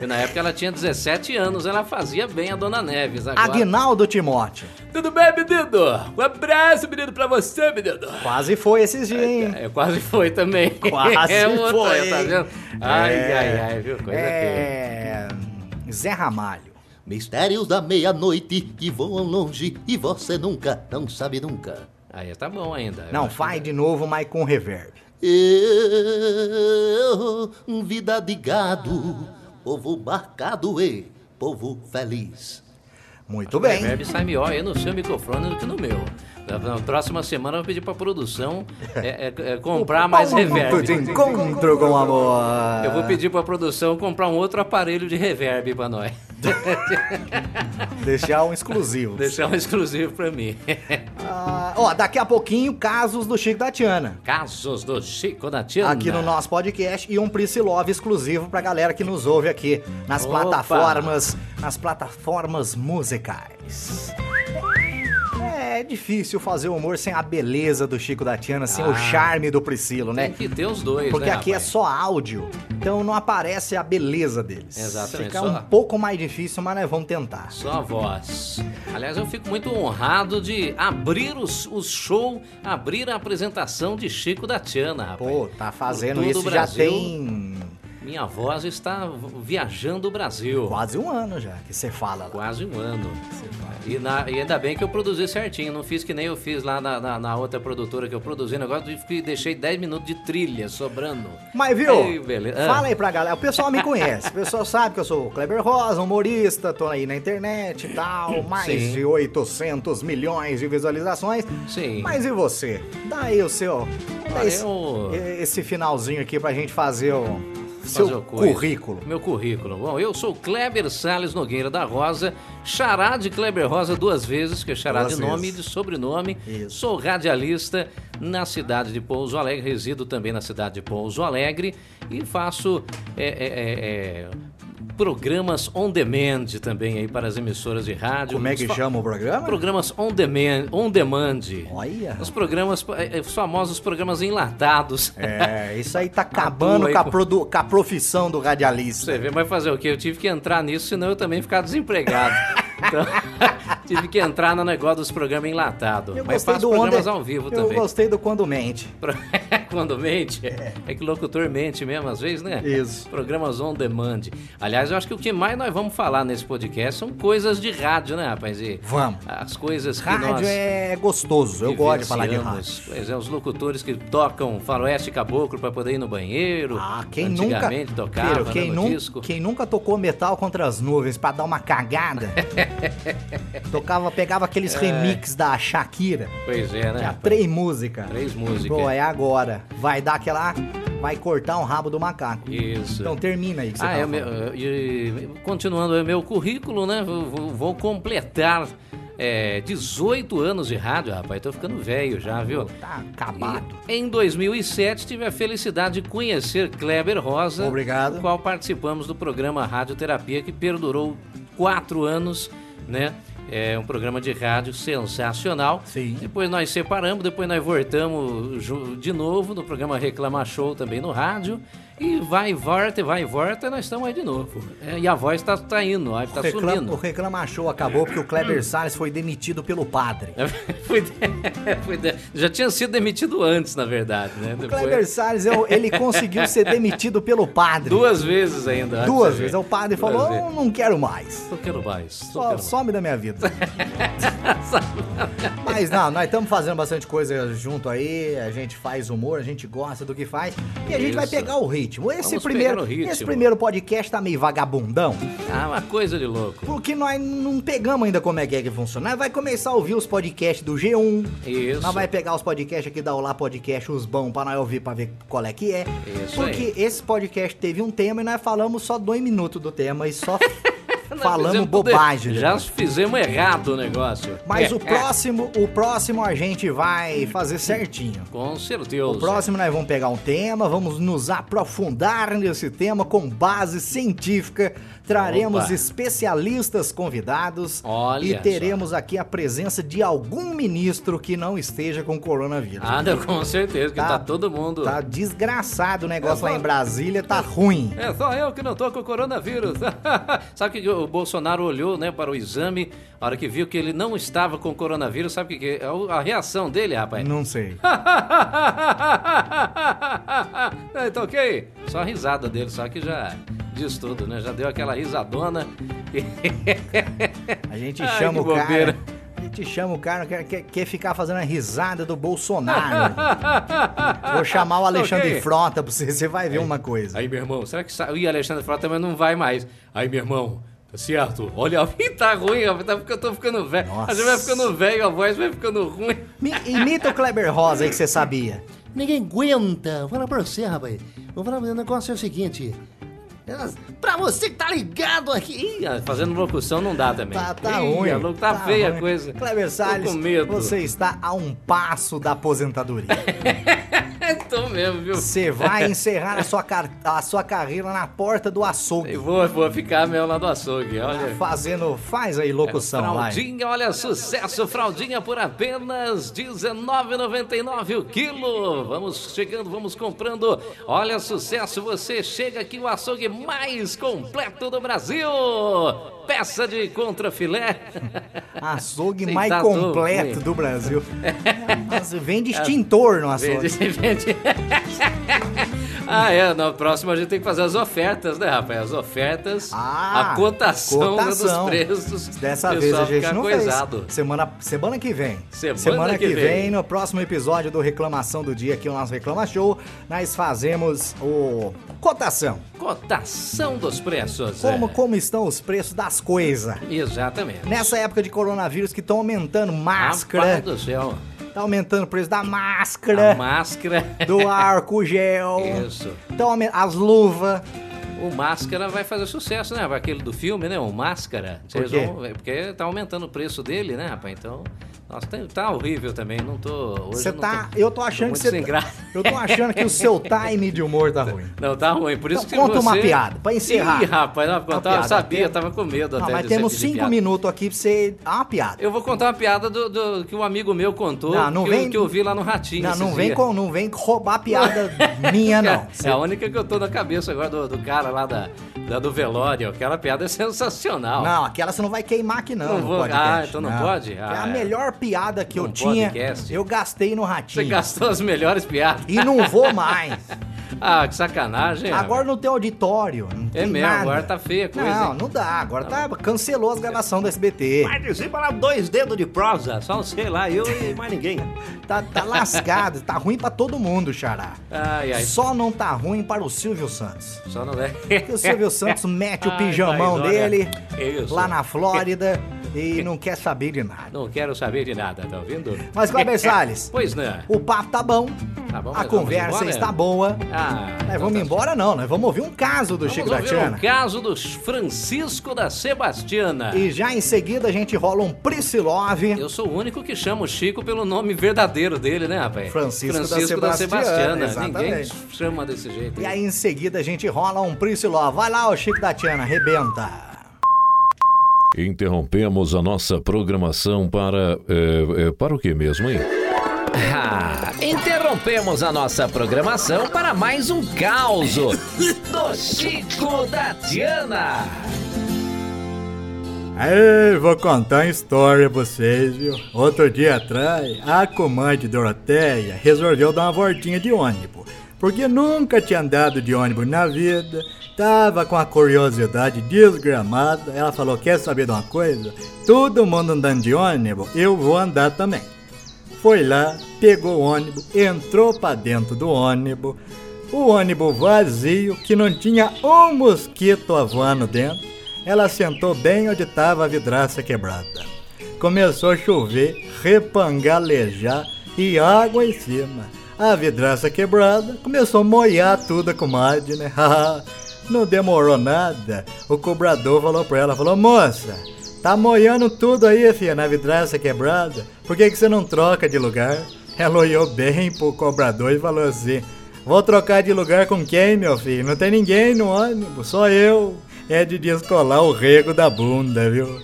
[SPEAKER 2] E na época ela tinha 17 anos, ela fazia bem a Dona Neves. Agora...
[SPEAKER 1] Agnaldo Timóteo.
[SPEAKER 2] Tudo bem, menino? Um abraço, menino, pra você, menino.
[SPEAKER 1] Quase foi esses dias, hein?
[SPEAKER 2] É, quase foi também.
[SPEAKER 1] Quase
[SPEAKER 2] é, outra,
[SPEAKER 1] foi,
[SPEAKER 2] Tá
[SPEAKER 1] hein?
[SPEAKER 2] vendo? Ai,
[SPEAKER 1] É.
[SPEAKER 2] ai, ai, viu? Coisa feia.
[SPEAKER 1] É. Zé Ramalho.
[SPEAKER 4] Mistérios da meia-noite que voam longe e você nunca, não sabe nunca.
[SPEAKER 2] Aí tá bom ainda. Eu
[SPEAKER 1] Não,
[SPEAKER 2] acho
[SPEAKER 1] vai de novo, mas com reverb.
[SPEAKER 4] Eu, vida de gado, povo marcado e povo feliz.
[SPEAKER 1] Muito
[SPEAKER 2] O
[SPEAKER 1] bem.
[SPEAKER 2] Reverb sai melhor aí no seu microfone do que no meu. Na, na próxima semana eu vou pedir pra produção é, é, é, comprar mais
[SPEAKER 1] Ponto de
[SPEAKER 2] reverb.
[SPEAKER 1] encontro com o amor.
[SPEAKER 2] Eu
[SPEAKER 1] Ah.
[SPEAKER 2] vou pedir pra produção comprar um outro aparelho de reverb pra nós.
[SPEAKER 1] Deixar um exclusivo.
[SPEAKER 2] Deixar um exclusivo pra mim.
[SPEAKER 1] Ah, ó, daqui a pouquinho, casos do Chico da Tiana.
[SPEAKER 2] Casos do Chico da Tiana.
[SPEAKER 1] aqui no nosso podcast e um Priscilove exclusivo pra galera que nos ouve aqui nas
[SPEAKER 2] Opa!
[SPEAKER 1] plataformas, nas plataformas musicais. É difícil fazer humor sem a beleza do Chico da Tiana, sem o
[SPEAKER 2] Ah.
[SPEAKER 1] charme do Priscilo, né?
[SPEAKER 2] Tem que ter os dois,
[SPEAKER 1] Porque
[SPEAKER 2] né,
[SPEAKER 1] aqui é
[SPEAKER 2] rapaz?
[SPEAKER 1] só áudio, então não aparece a beleza deles.
[SPEAKER 2] Exatamente,
[SPEAKER 1] Fica
[SPEAKER 2] só-
[SPEAKER 1] um pouco mais difícil, mas nós vamos tentar.
[SPEAKER 2] Só a voz. Aliás, eu fico muito honrado de abrir os- o show, abrir a apresentação de Chico da Tiana, rapaz.
[SPEAKER 1] Pô, tá fazendo
[SPEAKER 2] Por todo
[SPEAKER 1] isso
[SPEAKER 2] o
[SPEAKER 1] já
[SPEAKER 2] Brasil.
[SPEAKER 1] tem.
[SPEAKER 2] Em minha voz está viajando o Brasil.
[SPEAKER 1] Quase um ano já que você fala. lá.
[SPEAKER 2] Quase um ano. E, na- e ainda bem que eu produzi certinho, não fiz que nem eu fiz lá na, na- na outra produtora que eu produzi o negócio e fiquei- deixei 10 minutos de trilha sobrando.
[SPEAKER 1] Mas viu?
[SPEAKER 2] Ei, beleza. Ah.
[SPEAKER 1] Fala aí pra galera. O pessoal me conhece. O pessoal sabe que eu sou o Kleber Rosa, humorista, tô aí na internet e tal. Mais
[SPEAKER 2] Sim.
[SPEAKER 1] de 800 milhões de visualizações.
[SPEAKER 2] Sim.
[SPEAKER 1] Mas e você? Dá aí o seu. Dá
[SPEAKER 2] Ah,
[SPEAKER 1] esse,
[SPEAKER 2] eu-
[SPEAKER 1] esse finalzinho aqui pra gente fazer o
[SPEAKER 2] fazer
[SPEAKER 1] seu
[SPEAKER 2] o coisa.
[SPEAKER 1] currículo.
[SPEAKER 2] Meu currículo. Bom, eu sou Kleber Salles Nogueira da Rosa, xará de Kleber Rosa duas vezes, que é xará
[SPEAKER 1] Duas
[SPEAKER 2] de nome
[SPEAKER 1] vezes.
[SPEAKER 2] e de sobrenome.
[SPEAKER 1] Isso.
[SPEAKER 2] Sou radialista na cidade de Pouso Alegre, resido também na cidade de Pouso Alegre e faço é, é, é, é, programas on demand também aí para as emissoras de rádio.
[SPEAKER 1] Como é que
[SPEAKER 2] Os fa-
[SPEAKER 1] chama o programa?
[SPEAKER 2] Programas on demand. On demand.
[SPEAKER 1] Olha.
[SPEAKER 2] Os programas, é, é, os famosos programas enlatados.
[SPEAKER 1] É, isso aí tá acabando
[SPEAKER 2] aí
[SPEAKER 1] com a,
[SPEAKER 2] com-
[SPEAKER 1] produ- com a profissão do radialista.
[SPEAKER 2] Você vê, mas fazer o quê? Eu tive que entrar nisso, senão eu também ia ficar desempregado. Então, tive que entrar no negócio dos programas enlatados.
[SPEAKER 1] Eu
[SPEAKER 2] Mas
[SPEAKER 1] gostei
[SPEAKER 2] faço
[SPEAKER 1] do
[SPEAKER 2] programas
[SPEAKER 1] onde-
[SPEAKER 2] ao vivo
[SPEAKER 1] eu
[SPEAKER 2] também.
[SPEAKER 1] gostei do quando mente.
[SPEAKER 2] Pro- Quando mente, é. que locutor mente mesmo, às vezes, né?
[SPEAKER 1] Isso.
[SPEAKER 2] Programas on demand. Aliás, eu acho que o que mais nós vamos falar nesse podcast são coisas de rádio, né, rapaz? E
[SPEAKER 1] Vamos.
[SPEAKER 2] As coisas que
[SPEAKER 1] Rádio
[SPEAKER 2] nós...
[SPEAKER 1] é gostoso, eu gosto de falar de rádio.
[SPEAKER 2] Vivenciamos. Pois é, os locutores que tocam faroeste e caboclo pra poder ir no banheiro.
[SPEAKER 1] Ah, quem nunca.
[SPEAKER 2] Antigamente tocava
[SPEAKER 1] Pedro, quem,
[SPEAKER 2] né, no
[SPEAKER 1] nun-
[SPEAKER 2] disco.
[SPEAKER 1] quem nunca tocou metal contra as nuvens pra dar uma cagada? tocava, pegava aqueles remix da Shakira.
[SPEAKER 2] Pois é, né?
[SPEAKER 1] Tinha
[SPEAKER 2] rapaz?
[SPEAKER 1] três músicas.
[SPEAKER 2] Três músicas.
[SPEAKER 1] Pô, é agora. Vai dar aquela. Vai cortar um rabo do macaco.
[SPEAKER 2] Isso.
[SPEAKER 1] Então termina aí que você
[SPEAKER 2] ah,
[SPEAKER 1] tava
[SPEAKER 2] é o meu,
[SPEAKER 1] falando.
[SPEAKER 2] e- continuando, é meu currículo, né? Vou, vou- vou completar é, 18 anos de rádio, rapaz. Tô ficando velho já, viu?
[SPEAKER 1] Tá acabado.
[SPEAKER 2] E Em 2007 tive a felicidade de conhecer Kleber Rosa,
[SPEAKER 1] Obrigado.
[SPEAKER 2] do qual participamos do programa Radioterapia que perdurou quatro anos, né? É um programa de rádio sensacional.
[SPEAKER 1] Sim.
[SPEAKER 2] Depois nós separamos, depois nós voltamos ju- de novo no programa Reclama Show também no rádio. E vai e volta, vai e volta, nós estamos aí de novo. É, e a voz tá, tá indo, a- tá
[SPEAKER 1] O reclama- o
[SPEAKER 2] sumindo. Hum.
[SPEAKER 1] reclama show acabou porque o Kleber Salles foi demitido pelo padre.
[SPEAKER 2] Foi de- foi de- já tinha sido demitido antes, na verdade, né?
[SPEAKER 1] O Kleber Salles, eu- ele conseguiu ser demitido pelo padre.
[SPEAKER 2] Duas vezes ainda. olha pra
[SPEAKER 1] Duas
[SPEAKER 2] você
[SPEAKER 1] vezes. é
[SPEAKER 2] ver.
[SPEAKER 1] O padre
[SPEAKER 2] Duas
[SPEAKER 1] falou:
[SPEAKER 2] vezes.
[SPEAKER 1] "Eu não quero mais.
[SPEAKER 2] Não quero mais. não
[SPEAKER 1] Só,
[SPEAKER 2] quero
[SPEAKER 1] some da minha vida. Mas não, nós estamos fazendo bastante coisa junto aí. A gente faz humor, a gente gosta do que faz. E a gente vai
[SPEAKER 2] Isso.
[SPEAKER 1] pegar o ritmo. Esse
[SPEAKER 2] Vamos
[SPEAKER 1] primeiro,
[SPEAKER 2] pegar o ritmo.
[SPEAKER 1] esse primeiro podcast tá meio vagabundão.
[SPEAKER 2] mais. Ah, uma coisa de louco.
[SPEAKER 1] Porque nós não pegamos ainda como é que é que funciona. Nós vai começar a ouvir os podcasts do G1.
[SPEAKER 2] Isso.
[SPEAKER 1] Nós vai pegar os podcasts aqui da Olá Podcast, os bons, pra nós ouvir pra ver qual é que é.
[SPEAKER 2] Isso
[SPEAKER 1] Porque esse podcast teve um tema e nós falamos só dois minutos do tema e só
[SPEAKER 2] Nós
[SPEAKER 1] falamos
[SPEAKER 2] fizemos tudo-
[SPEAKER 1] bobagem.
[SPEAKER 2] Já
[SPEAKER 1] depois.
[SPEAKER 2] fizemos errado o negócio.
[SPEAKER 1] Mas
[SPEAKER 2] É,
[SPEAKER 1] o próximo, o próximo a gente vai fazer certinho.
[SPEAKER 2] Com certeza.
[SPEAKER 1] O próximo nós vamos pegar um tema, vamos nos aprofundar nesse tema com base científica. Traremos
[SPEAKER 2] Opa.
[SPEAKER 1] especialistas convidados
[SPEAKER 2] Olha
[SPEAKER 1] e teremos aqui a presença de algum ministro que não esteja com coronavírus.
[SPEAKER 2] Ah, não, com certeza, que
[SPEAKER 1] Tá-
[SPEAKER 2] tá, todo mundo.
[SPEAKER 1] Tá desgraçado o negócio lá em Brasília, tá ruim.
[SPEAKER 2] É só eu que não tô com coronavírus. sabe o que o Bolsonaro olhou, né, para o exame, a hora que viu que ele não estava com coronavírus, sabe o que que é? A reação dele, rapaz.
[SPEAKER 1] Não sei.
[SPEAKER 2] Não, então, ok. Só a risada dele, só que já diz tudo, né? Já deu aquela risadona.
[SPEAKER 1] A gente
[SPEAKER 2] Ai,
[SPEAKER 1] chama
[SPEAKER 2] que
[SPEAKER 1] o cara.
[SPEAKER 2] bobeira.
[SPEAKER 1] A gente chama o cara que quer, quer ficar fazendo a risada do Bolsonaro. Vou chamar o Alexandre
[SPEAKER 2] Então, Ok.
[SPEAKER 1] Frota pra você, você vai ver uma coisa.
[SPEAKER 2] Aí, meu irmão, será que saiu? Ih, Alexandre Frota também não vai mais. Aí, meu irmão, tá certo? Olha, Ih, tá ruim, ó, tá, eu tô ficando velho.
[SPEAKER 1] Nossa.
[SPEAKER 2] A gente vai ficando velho, a voz vai ficando ruim.
[SPEAKER 1] Mi- Imita o Kleber Rosa aí que você sabia.
[SPEAKER 4] Ninguém aguenta. Vou falar pra você, rapaz. Vou falar pra você, o negócio é o seguinte. Elas- Pra você que tá ligado aqui.
[SPEAKER 2] Ih, fazendo locução não dá também.
[SPEAKER 1] Tá, tá
[SPEAKER 2] Ih,
[SPEAKER 1] ruim.
[SPEAKER 2] louco, Tá, feia
[SPEAKER 1] ruim.
[SPEAKER 2] a coisa.
[SPEAKER 1] Kleber Salles,
[SPEAKER 2] Tô com medo.
[SPEAKER 1] você está a um passo da aposentadoria.
[SPEAKER 2] É, Tô mesmo, viu?
[SPEAKER 1] Você vai encerrar a sua, car- a sua carreira na porta do açougue.
[SPEAKER 2] Eu vou, vou ficar mesmo lá do açougue, olha.
[SPEAKER 1] Fazendo. Faz aí locução lá.
[SPEAKER 2] É, Fraldinha, olha, sucesso, fraldinha por apenas R$19,99 o quilo. Vamos chegando, vamos comprando. Olha, sucesso, você chega aqui o açougue mais completo do Brasil. Peça de contrafilé.
[SPEAKER 1] Açougue
[SPEAKER 2] Sim,
[SPEAKER 1] mais
[SPEAKER 2] tá todo
[SPEAKER 1] completo
[SPEAKER 2] ruim.
[SPEAKER 1] do Brasil. Nossa, vende extintor no açougue.
[SPEAKER 2] Vende, vende. Ah, é. Na próxima a gente tem que fazer as ofertas, né, rapaz? As ofertas,
[SPEAKER 1] Ah,
[SPEAKER 2] a cotação, né,
[SPEAKER 1] cotação.
[SPEAKER 2] dos preços.
[SPEAKER 1] Dessa
[SPEAKER 2] O
[SPEAKER 1] vez
[SPEAKER 2] pessoal
[SPEAKER 1] a gente
[SPEAKER 2] fica
[SPEAKER 1] não
[SPEAKER 2] coisado.
[SPEAKER 1] fez. Semana, semana que vem.
[SPEAKER 2] Semana
[SPEAKER 1] que,
[SPEAKER 2] que
[SPEAKER 1] vem.
[SPEAKER 2] vem,
[SPEAKER 1] no próximo episódio do Reclamação do Dia, aqui no nosso Reclama Show, nós fazemos o cotação.
[SPEAKER 2] Cotação dos preços.
[SPEAKER 1] Como,
[SPEAKER 2] é.
[SPEAKER 1] como estão os preços das coisas.
[SPEAKER 2] Exatamente.
[SPEAKER 1] Nessa época de coronavírus que estão aumentando
[SPEAKER 2] Rapaz
[SPEAKER 1] máscara,
[SPEAKER 2] do céu.
[SPEAKER 1] tá aumentando o preço da
[SPEAKER 2] A
[SPEAKER 1] máscara,
[SPEAKER 2] máscara.
[SPEAKER 1] do álcool gel,
[SPEAKER 2] Isso.
[SPEAKER 1] tão aumen- as luvas.
[SPEAKER 2] O Máscara vai fazer sucesso, né? Aquele do filme, né? O Máscara.
[SPEAKER 1] Por
[SPEAKER 2] Vocês
[SPEAKER 1] quê?
[SPEAKER 2] vão- é Porque tá aumentando o preço dele, né, rapaz? Então. Nossa, tá, tá horrível também. Não tô. hoje
[SPEAKER 1] Você
[SPEAKER 2] não
[SPEAKER 1] tá. Eu tô achando
[SPEAKER 2] muito
[SPEAKER 1] que você.
[SPEAKER 2] sem
[SPEAKER 1] tá-
[SPEAKER 2] graça.
[SPEAKER 1] Eu tô achando que o seu time de humor tá ruim.
[SPEAKER 2] Não, tá ruim. Por isso
[SPEAKER 1] Então,
[SPEAKER 2] que
[SPEAKER 1] conta
[SPEAKER 2] você...
[SPEAKER 1] uma piada, pra encerrar.
[SPEAKER 2] Ih, rapaz, não,
[SPEAKER 1] Uma
[SPEAKER 2] contar,
[SPEAKER 1] piada,
[SPEAKER 2] eu sabia,
[SPEAKER 1] tem-
[SPEAKER 2] eu tava com medo
[SPEAKER 1] Não,
[SPEAKER 2] até
[SPEAKER 1] Ah, mas
[SPEAKER 2] de
[SPEAKER 1] temos
[SPEAKER 2] ser
[SPEAKER 1] cinco
[SPEAKER 2] piada.
[SPEAKER 1] minutos aqui pra você. Ah, uma piada.
[SPEAKER 2] Eu vou contar uma piada do, do- que um amigo meu contou,
[SPEAKER 1] Não, não
[SPEAKER 2] que,
[SPEAKER 1] vem-
[SPEAKER 2] eu, que eu vi lá no Ratinho
[SPEAKER 1] Não,
[SPEAKER 2] esses
[SPEAKER 1] não vem,
[SPEAKER 2] dias.
[SPEAKER 1] com, não vem roubar a piada minha, não.
[SPEAKER 2] É, a única que eu tô na cabeça agora do, do cara lá da, da- do velório. Aquela piada é sensacional.
[SPEAKER 1] Não, aquela você não vai queimar aqui, não.
[SPEAKER 2] Não
[SPEAKER 1] no
[SPEAKER 2] vou-
[SPEAKER 1] podcast,
[SPEAKER 2] ah, então não pode?
[SPEAKER 1] é a
[SPEAKER 2] Ah, é.
[SPEAKER 1] melhor piada que eu
[SPEAKER 2] Num
[SPEAKER 1] tinha,
[SPEAKER 2] podcast?
[SPEAKER 1] eu gastei no
[SPEAKER 2] Você
[SPEAKER 1] ratinho.
[SPEAKER 2] gastou as melhores piadas.
[SPEAKER 1] E não vou mais.
[SPEAKER 2] Ah, que sacanagem.
[SPEAKER 1] Agora
[SPEAKER 2] rapaz.
[SPEAKER 1] não tem auditório. Não tem
[SPEAKER 2] É mesmo,
[SPEAKER 1] nada.
[SPEAKER 2] agora tá feia a coisa.
[SPEAKER 1] Não,
[SPEAKER 2] hein?
[SPEAKER 1] não dá. Agora tá, cancelou as gravações do SBT.
[SPEAKER 3] Vai dizer pra lá dois dedos de prosa, só sei lá, eu e mais ninguém.
[SPEAKER 1] Tá, tá lascado, tá ruim pra todo mundo, Xará.
[SPEAKER 2] Ai, ai.
[SPEAKER 1] Só não tá ruim para o Silvio Santos.
[SPEAKER 2] Só não é.
[SPEAKER 1] Porque o Silvio Santos mete o
[SPEAKER 2] Ai,
[SPEAKER 1] pijamão
[SPEAKER 2] mas olha,
[SPEAKER 1] dele
[SPEAKER 2] isso.
[SPEAKER 1] lá na Flórida e não quer saber de nada.
[SPEAKER 2] Não quero saber de nada, tá ouvindo?
[SPEAKER 1] Mas, Kleber Salles,
[SPEAKER 2] Pois não.
[SPEAKER 1] o papo tá bom,
[SPEAKER 2] Tá bom,
[SPEAKER 1] a
[SPEAKER 2] mas vamos
[SPEAKER 1] conversa
[SPEAKER 2] embora?
[SPEAKER 1] está boa.
[SPEAKER 2] Ah,
[SPEAKER 1] Nós
[SPEAKER 2] então
[SPEAKER 1] É, vamos
[SPEAKER 2] tá
[SPEAKER 1] embora não, nós vamos ouvir um caso do Chico
[SPEAKER 2] Vamos
[SPEAKER 1] da
[SPEAKER 2] ouvir
[SPEAKER 1] Tiana.
[SPEAKER 2] o caso dos Francisco da Sebastiana.
[SPEAKER 1] E já em seguida a gente rola um Priscilov.
[SPEAKER 2] Eu sou o único que chama o Chico pelo nome verdadeiro dele, né, rapaz?
[SPEAKER 1] Francisco da Sebastiana,
[SPEAKER 2] Ninguém
[SPEAKER 1] exatamente.
[SPEAKER 2] chama desse jeito.
[SPEAKER 1] E aí em seguida a gente rola um Priscilov. Vai lá, o Chico da Tiana, arrebenta.
[SPEAKER 6] Interrompemos a nossa programação para. é, é, para o que mesmo, hein?
[SPEAKER 7] Ah, interrompemos a nossa programação para mais um caos do Chico da Diana.
[SPEAKER 8] Aí, vou contar uma história pra vocês, viu? Outro dia atrás, a comandante Doroteia resolveu dar uma voltinha de ônibus. Porque nunca tinha andado de ônibus na vida, tava com a curiosidade desgramada. Ela falou: Quer saber de uma coisa? Todo mundo andando de ônibus, eu vou andar também. Foi lá, pegou o ônibus, entrou pra dentro do ônibus. O ônibus vazio, que não tinha um mosquito avando dentro. Ela sentou bem onde estava a vidraça quebrada. Começou a chover, repangalejar e água em cima. A vidraça quebrada começou a molhar tudo a comadre, né? não demorou nada. O cobrador falou pra ela, falou, moça, Tá moiando tudo aí, filha, na vidraça quebrada. Por que, que você não troca de lugar? Ela olhou bem pro cobrador e falou assim: Vou trocar de lugar com quem, meu filho? Não tem ninguém no ônibus, só eu. É de descolar o rego da bunda, viu?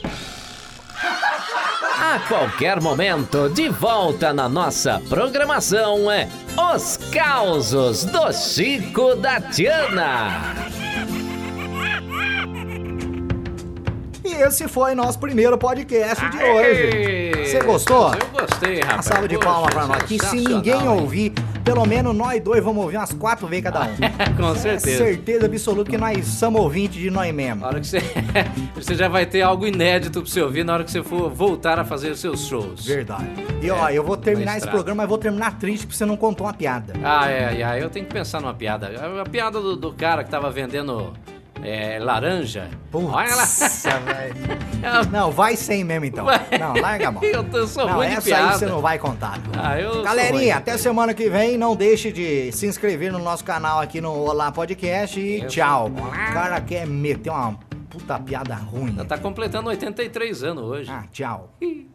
[SPEAKER 7] A qualquer momento, de volta na nossa programação é Os Causos do Chico da Diana.
[SPEAKER 1] E esse foi nosso primeiro podcast de hoje. Você gostou?
[SPEAKER 2] Eu gostei, rapaz.
[SPEAKER 1] Uma salva de
[SPEAKER 2] Poxa,
[SPEAKER 1] palmas pra nós. Que se
[SPEAKER 2] sensacional,
[SPEAKER 1] ninguém
[SPEAKER 2] hein?
[SPEAKER 1] ouvir, pelo menos nós dois vamos ouvir umas quatro vezes cada um.
[SPEAKER 2] Com
[SPEAKER 1] É
[SPEAKER 2] certeza.
[SPEAKER 1] certeza absoluta que nós somos ouvintes de nós mesmos.
[SPEAKER 2] Na hora que você... você já vai ter algo inédito pra você ouvir na hora que você for voltar a fazer os seus shows.
[SPEAKER 1] Verdade. E ó, eu vou
[SPEAKER 2] É, na
[SPEAKER 1] terminar esse
[SPEAKER 2] estrada.
[SPEAKER 1] programa, mas vou terminar triste porque você não contou uma piada.
[SPEAKER 2] Ah, é, é, eu tenho que pensar numa piada. A piada do, do cara que tava vendendo é, laranja.
[SPEAKER 1] Putz,
[SPEAKER 2] Olha lá.
[SPEAKER 1] velho. Não, vai sem mesmo então.
[SPEAKER 2] Vai.
[SPEAKER 1] Não, larga a mão.
[SPEAKER 2] Eu tô- sou
[SPEAKER 1] não,
[SPEAKER 2] ruim de
[SPEAKER 1] essa aí
[SPEAKER 2] piada.
[SPEAKER 1] você não vai contar. não.
[SPEAKER 2] Ah, eu sou ruim de
[SPEAKER 1] Galerinha, até semana que vem. Não deixe de se inscrever no nosso canal aqui no Olá Podcast e tchau. O cara quer meter uma puta piada ruim.
[SPEAKER 2] Tá completando 83 anos hoje.
[SPEAKER 1] Ah, tchau.
[SPEAKER 2] Ih.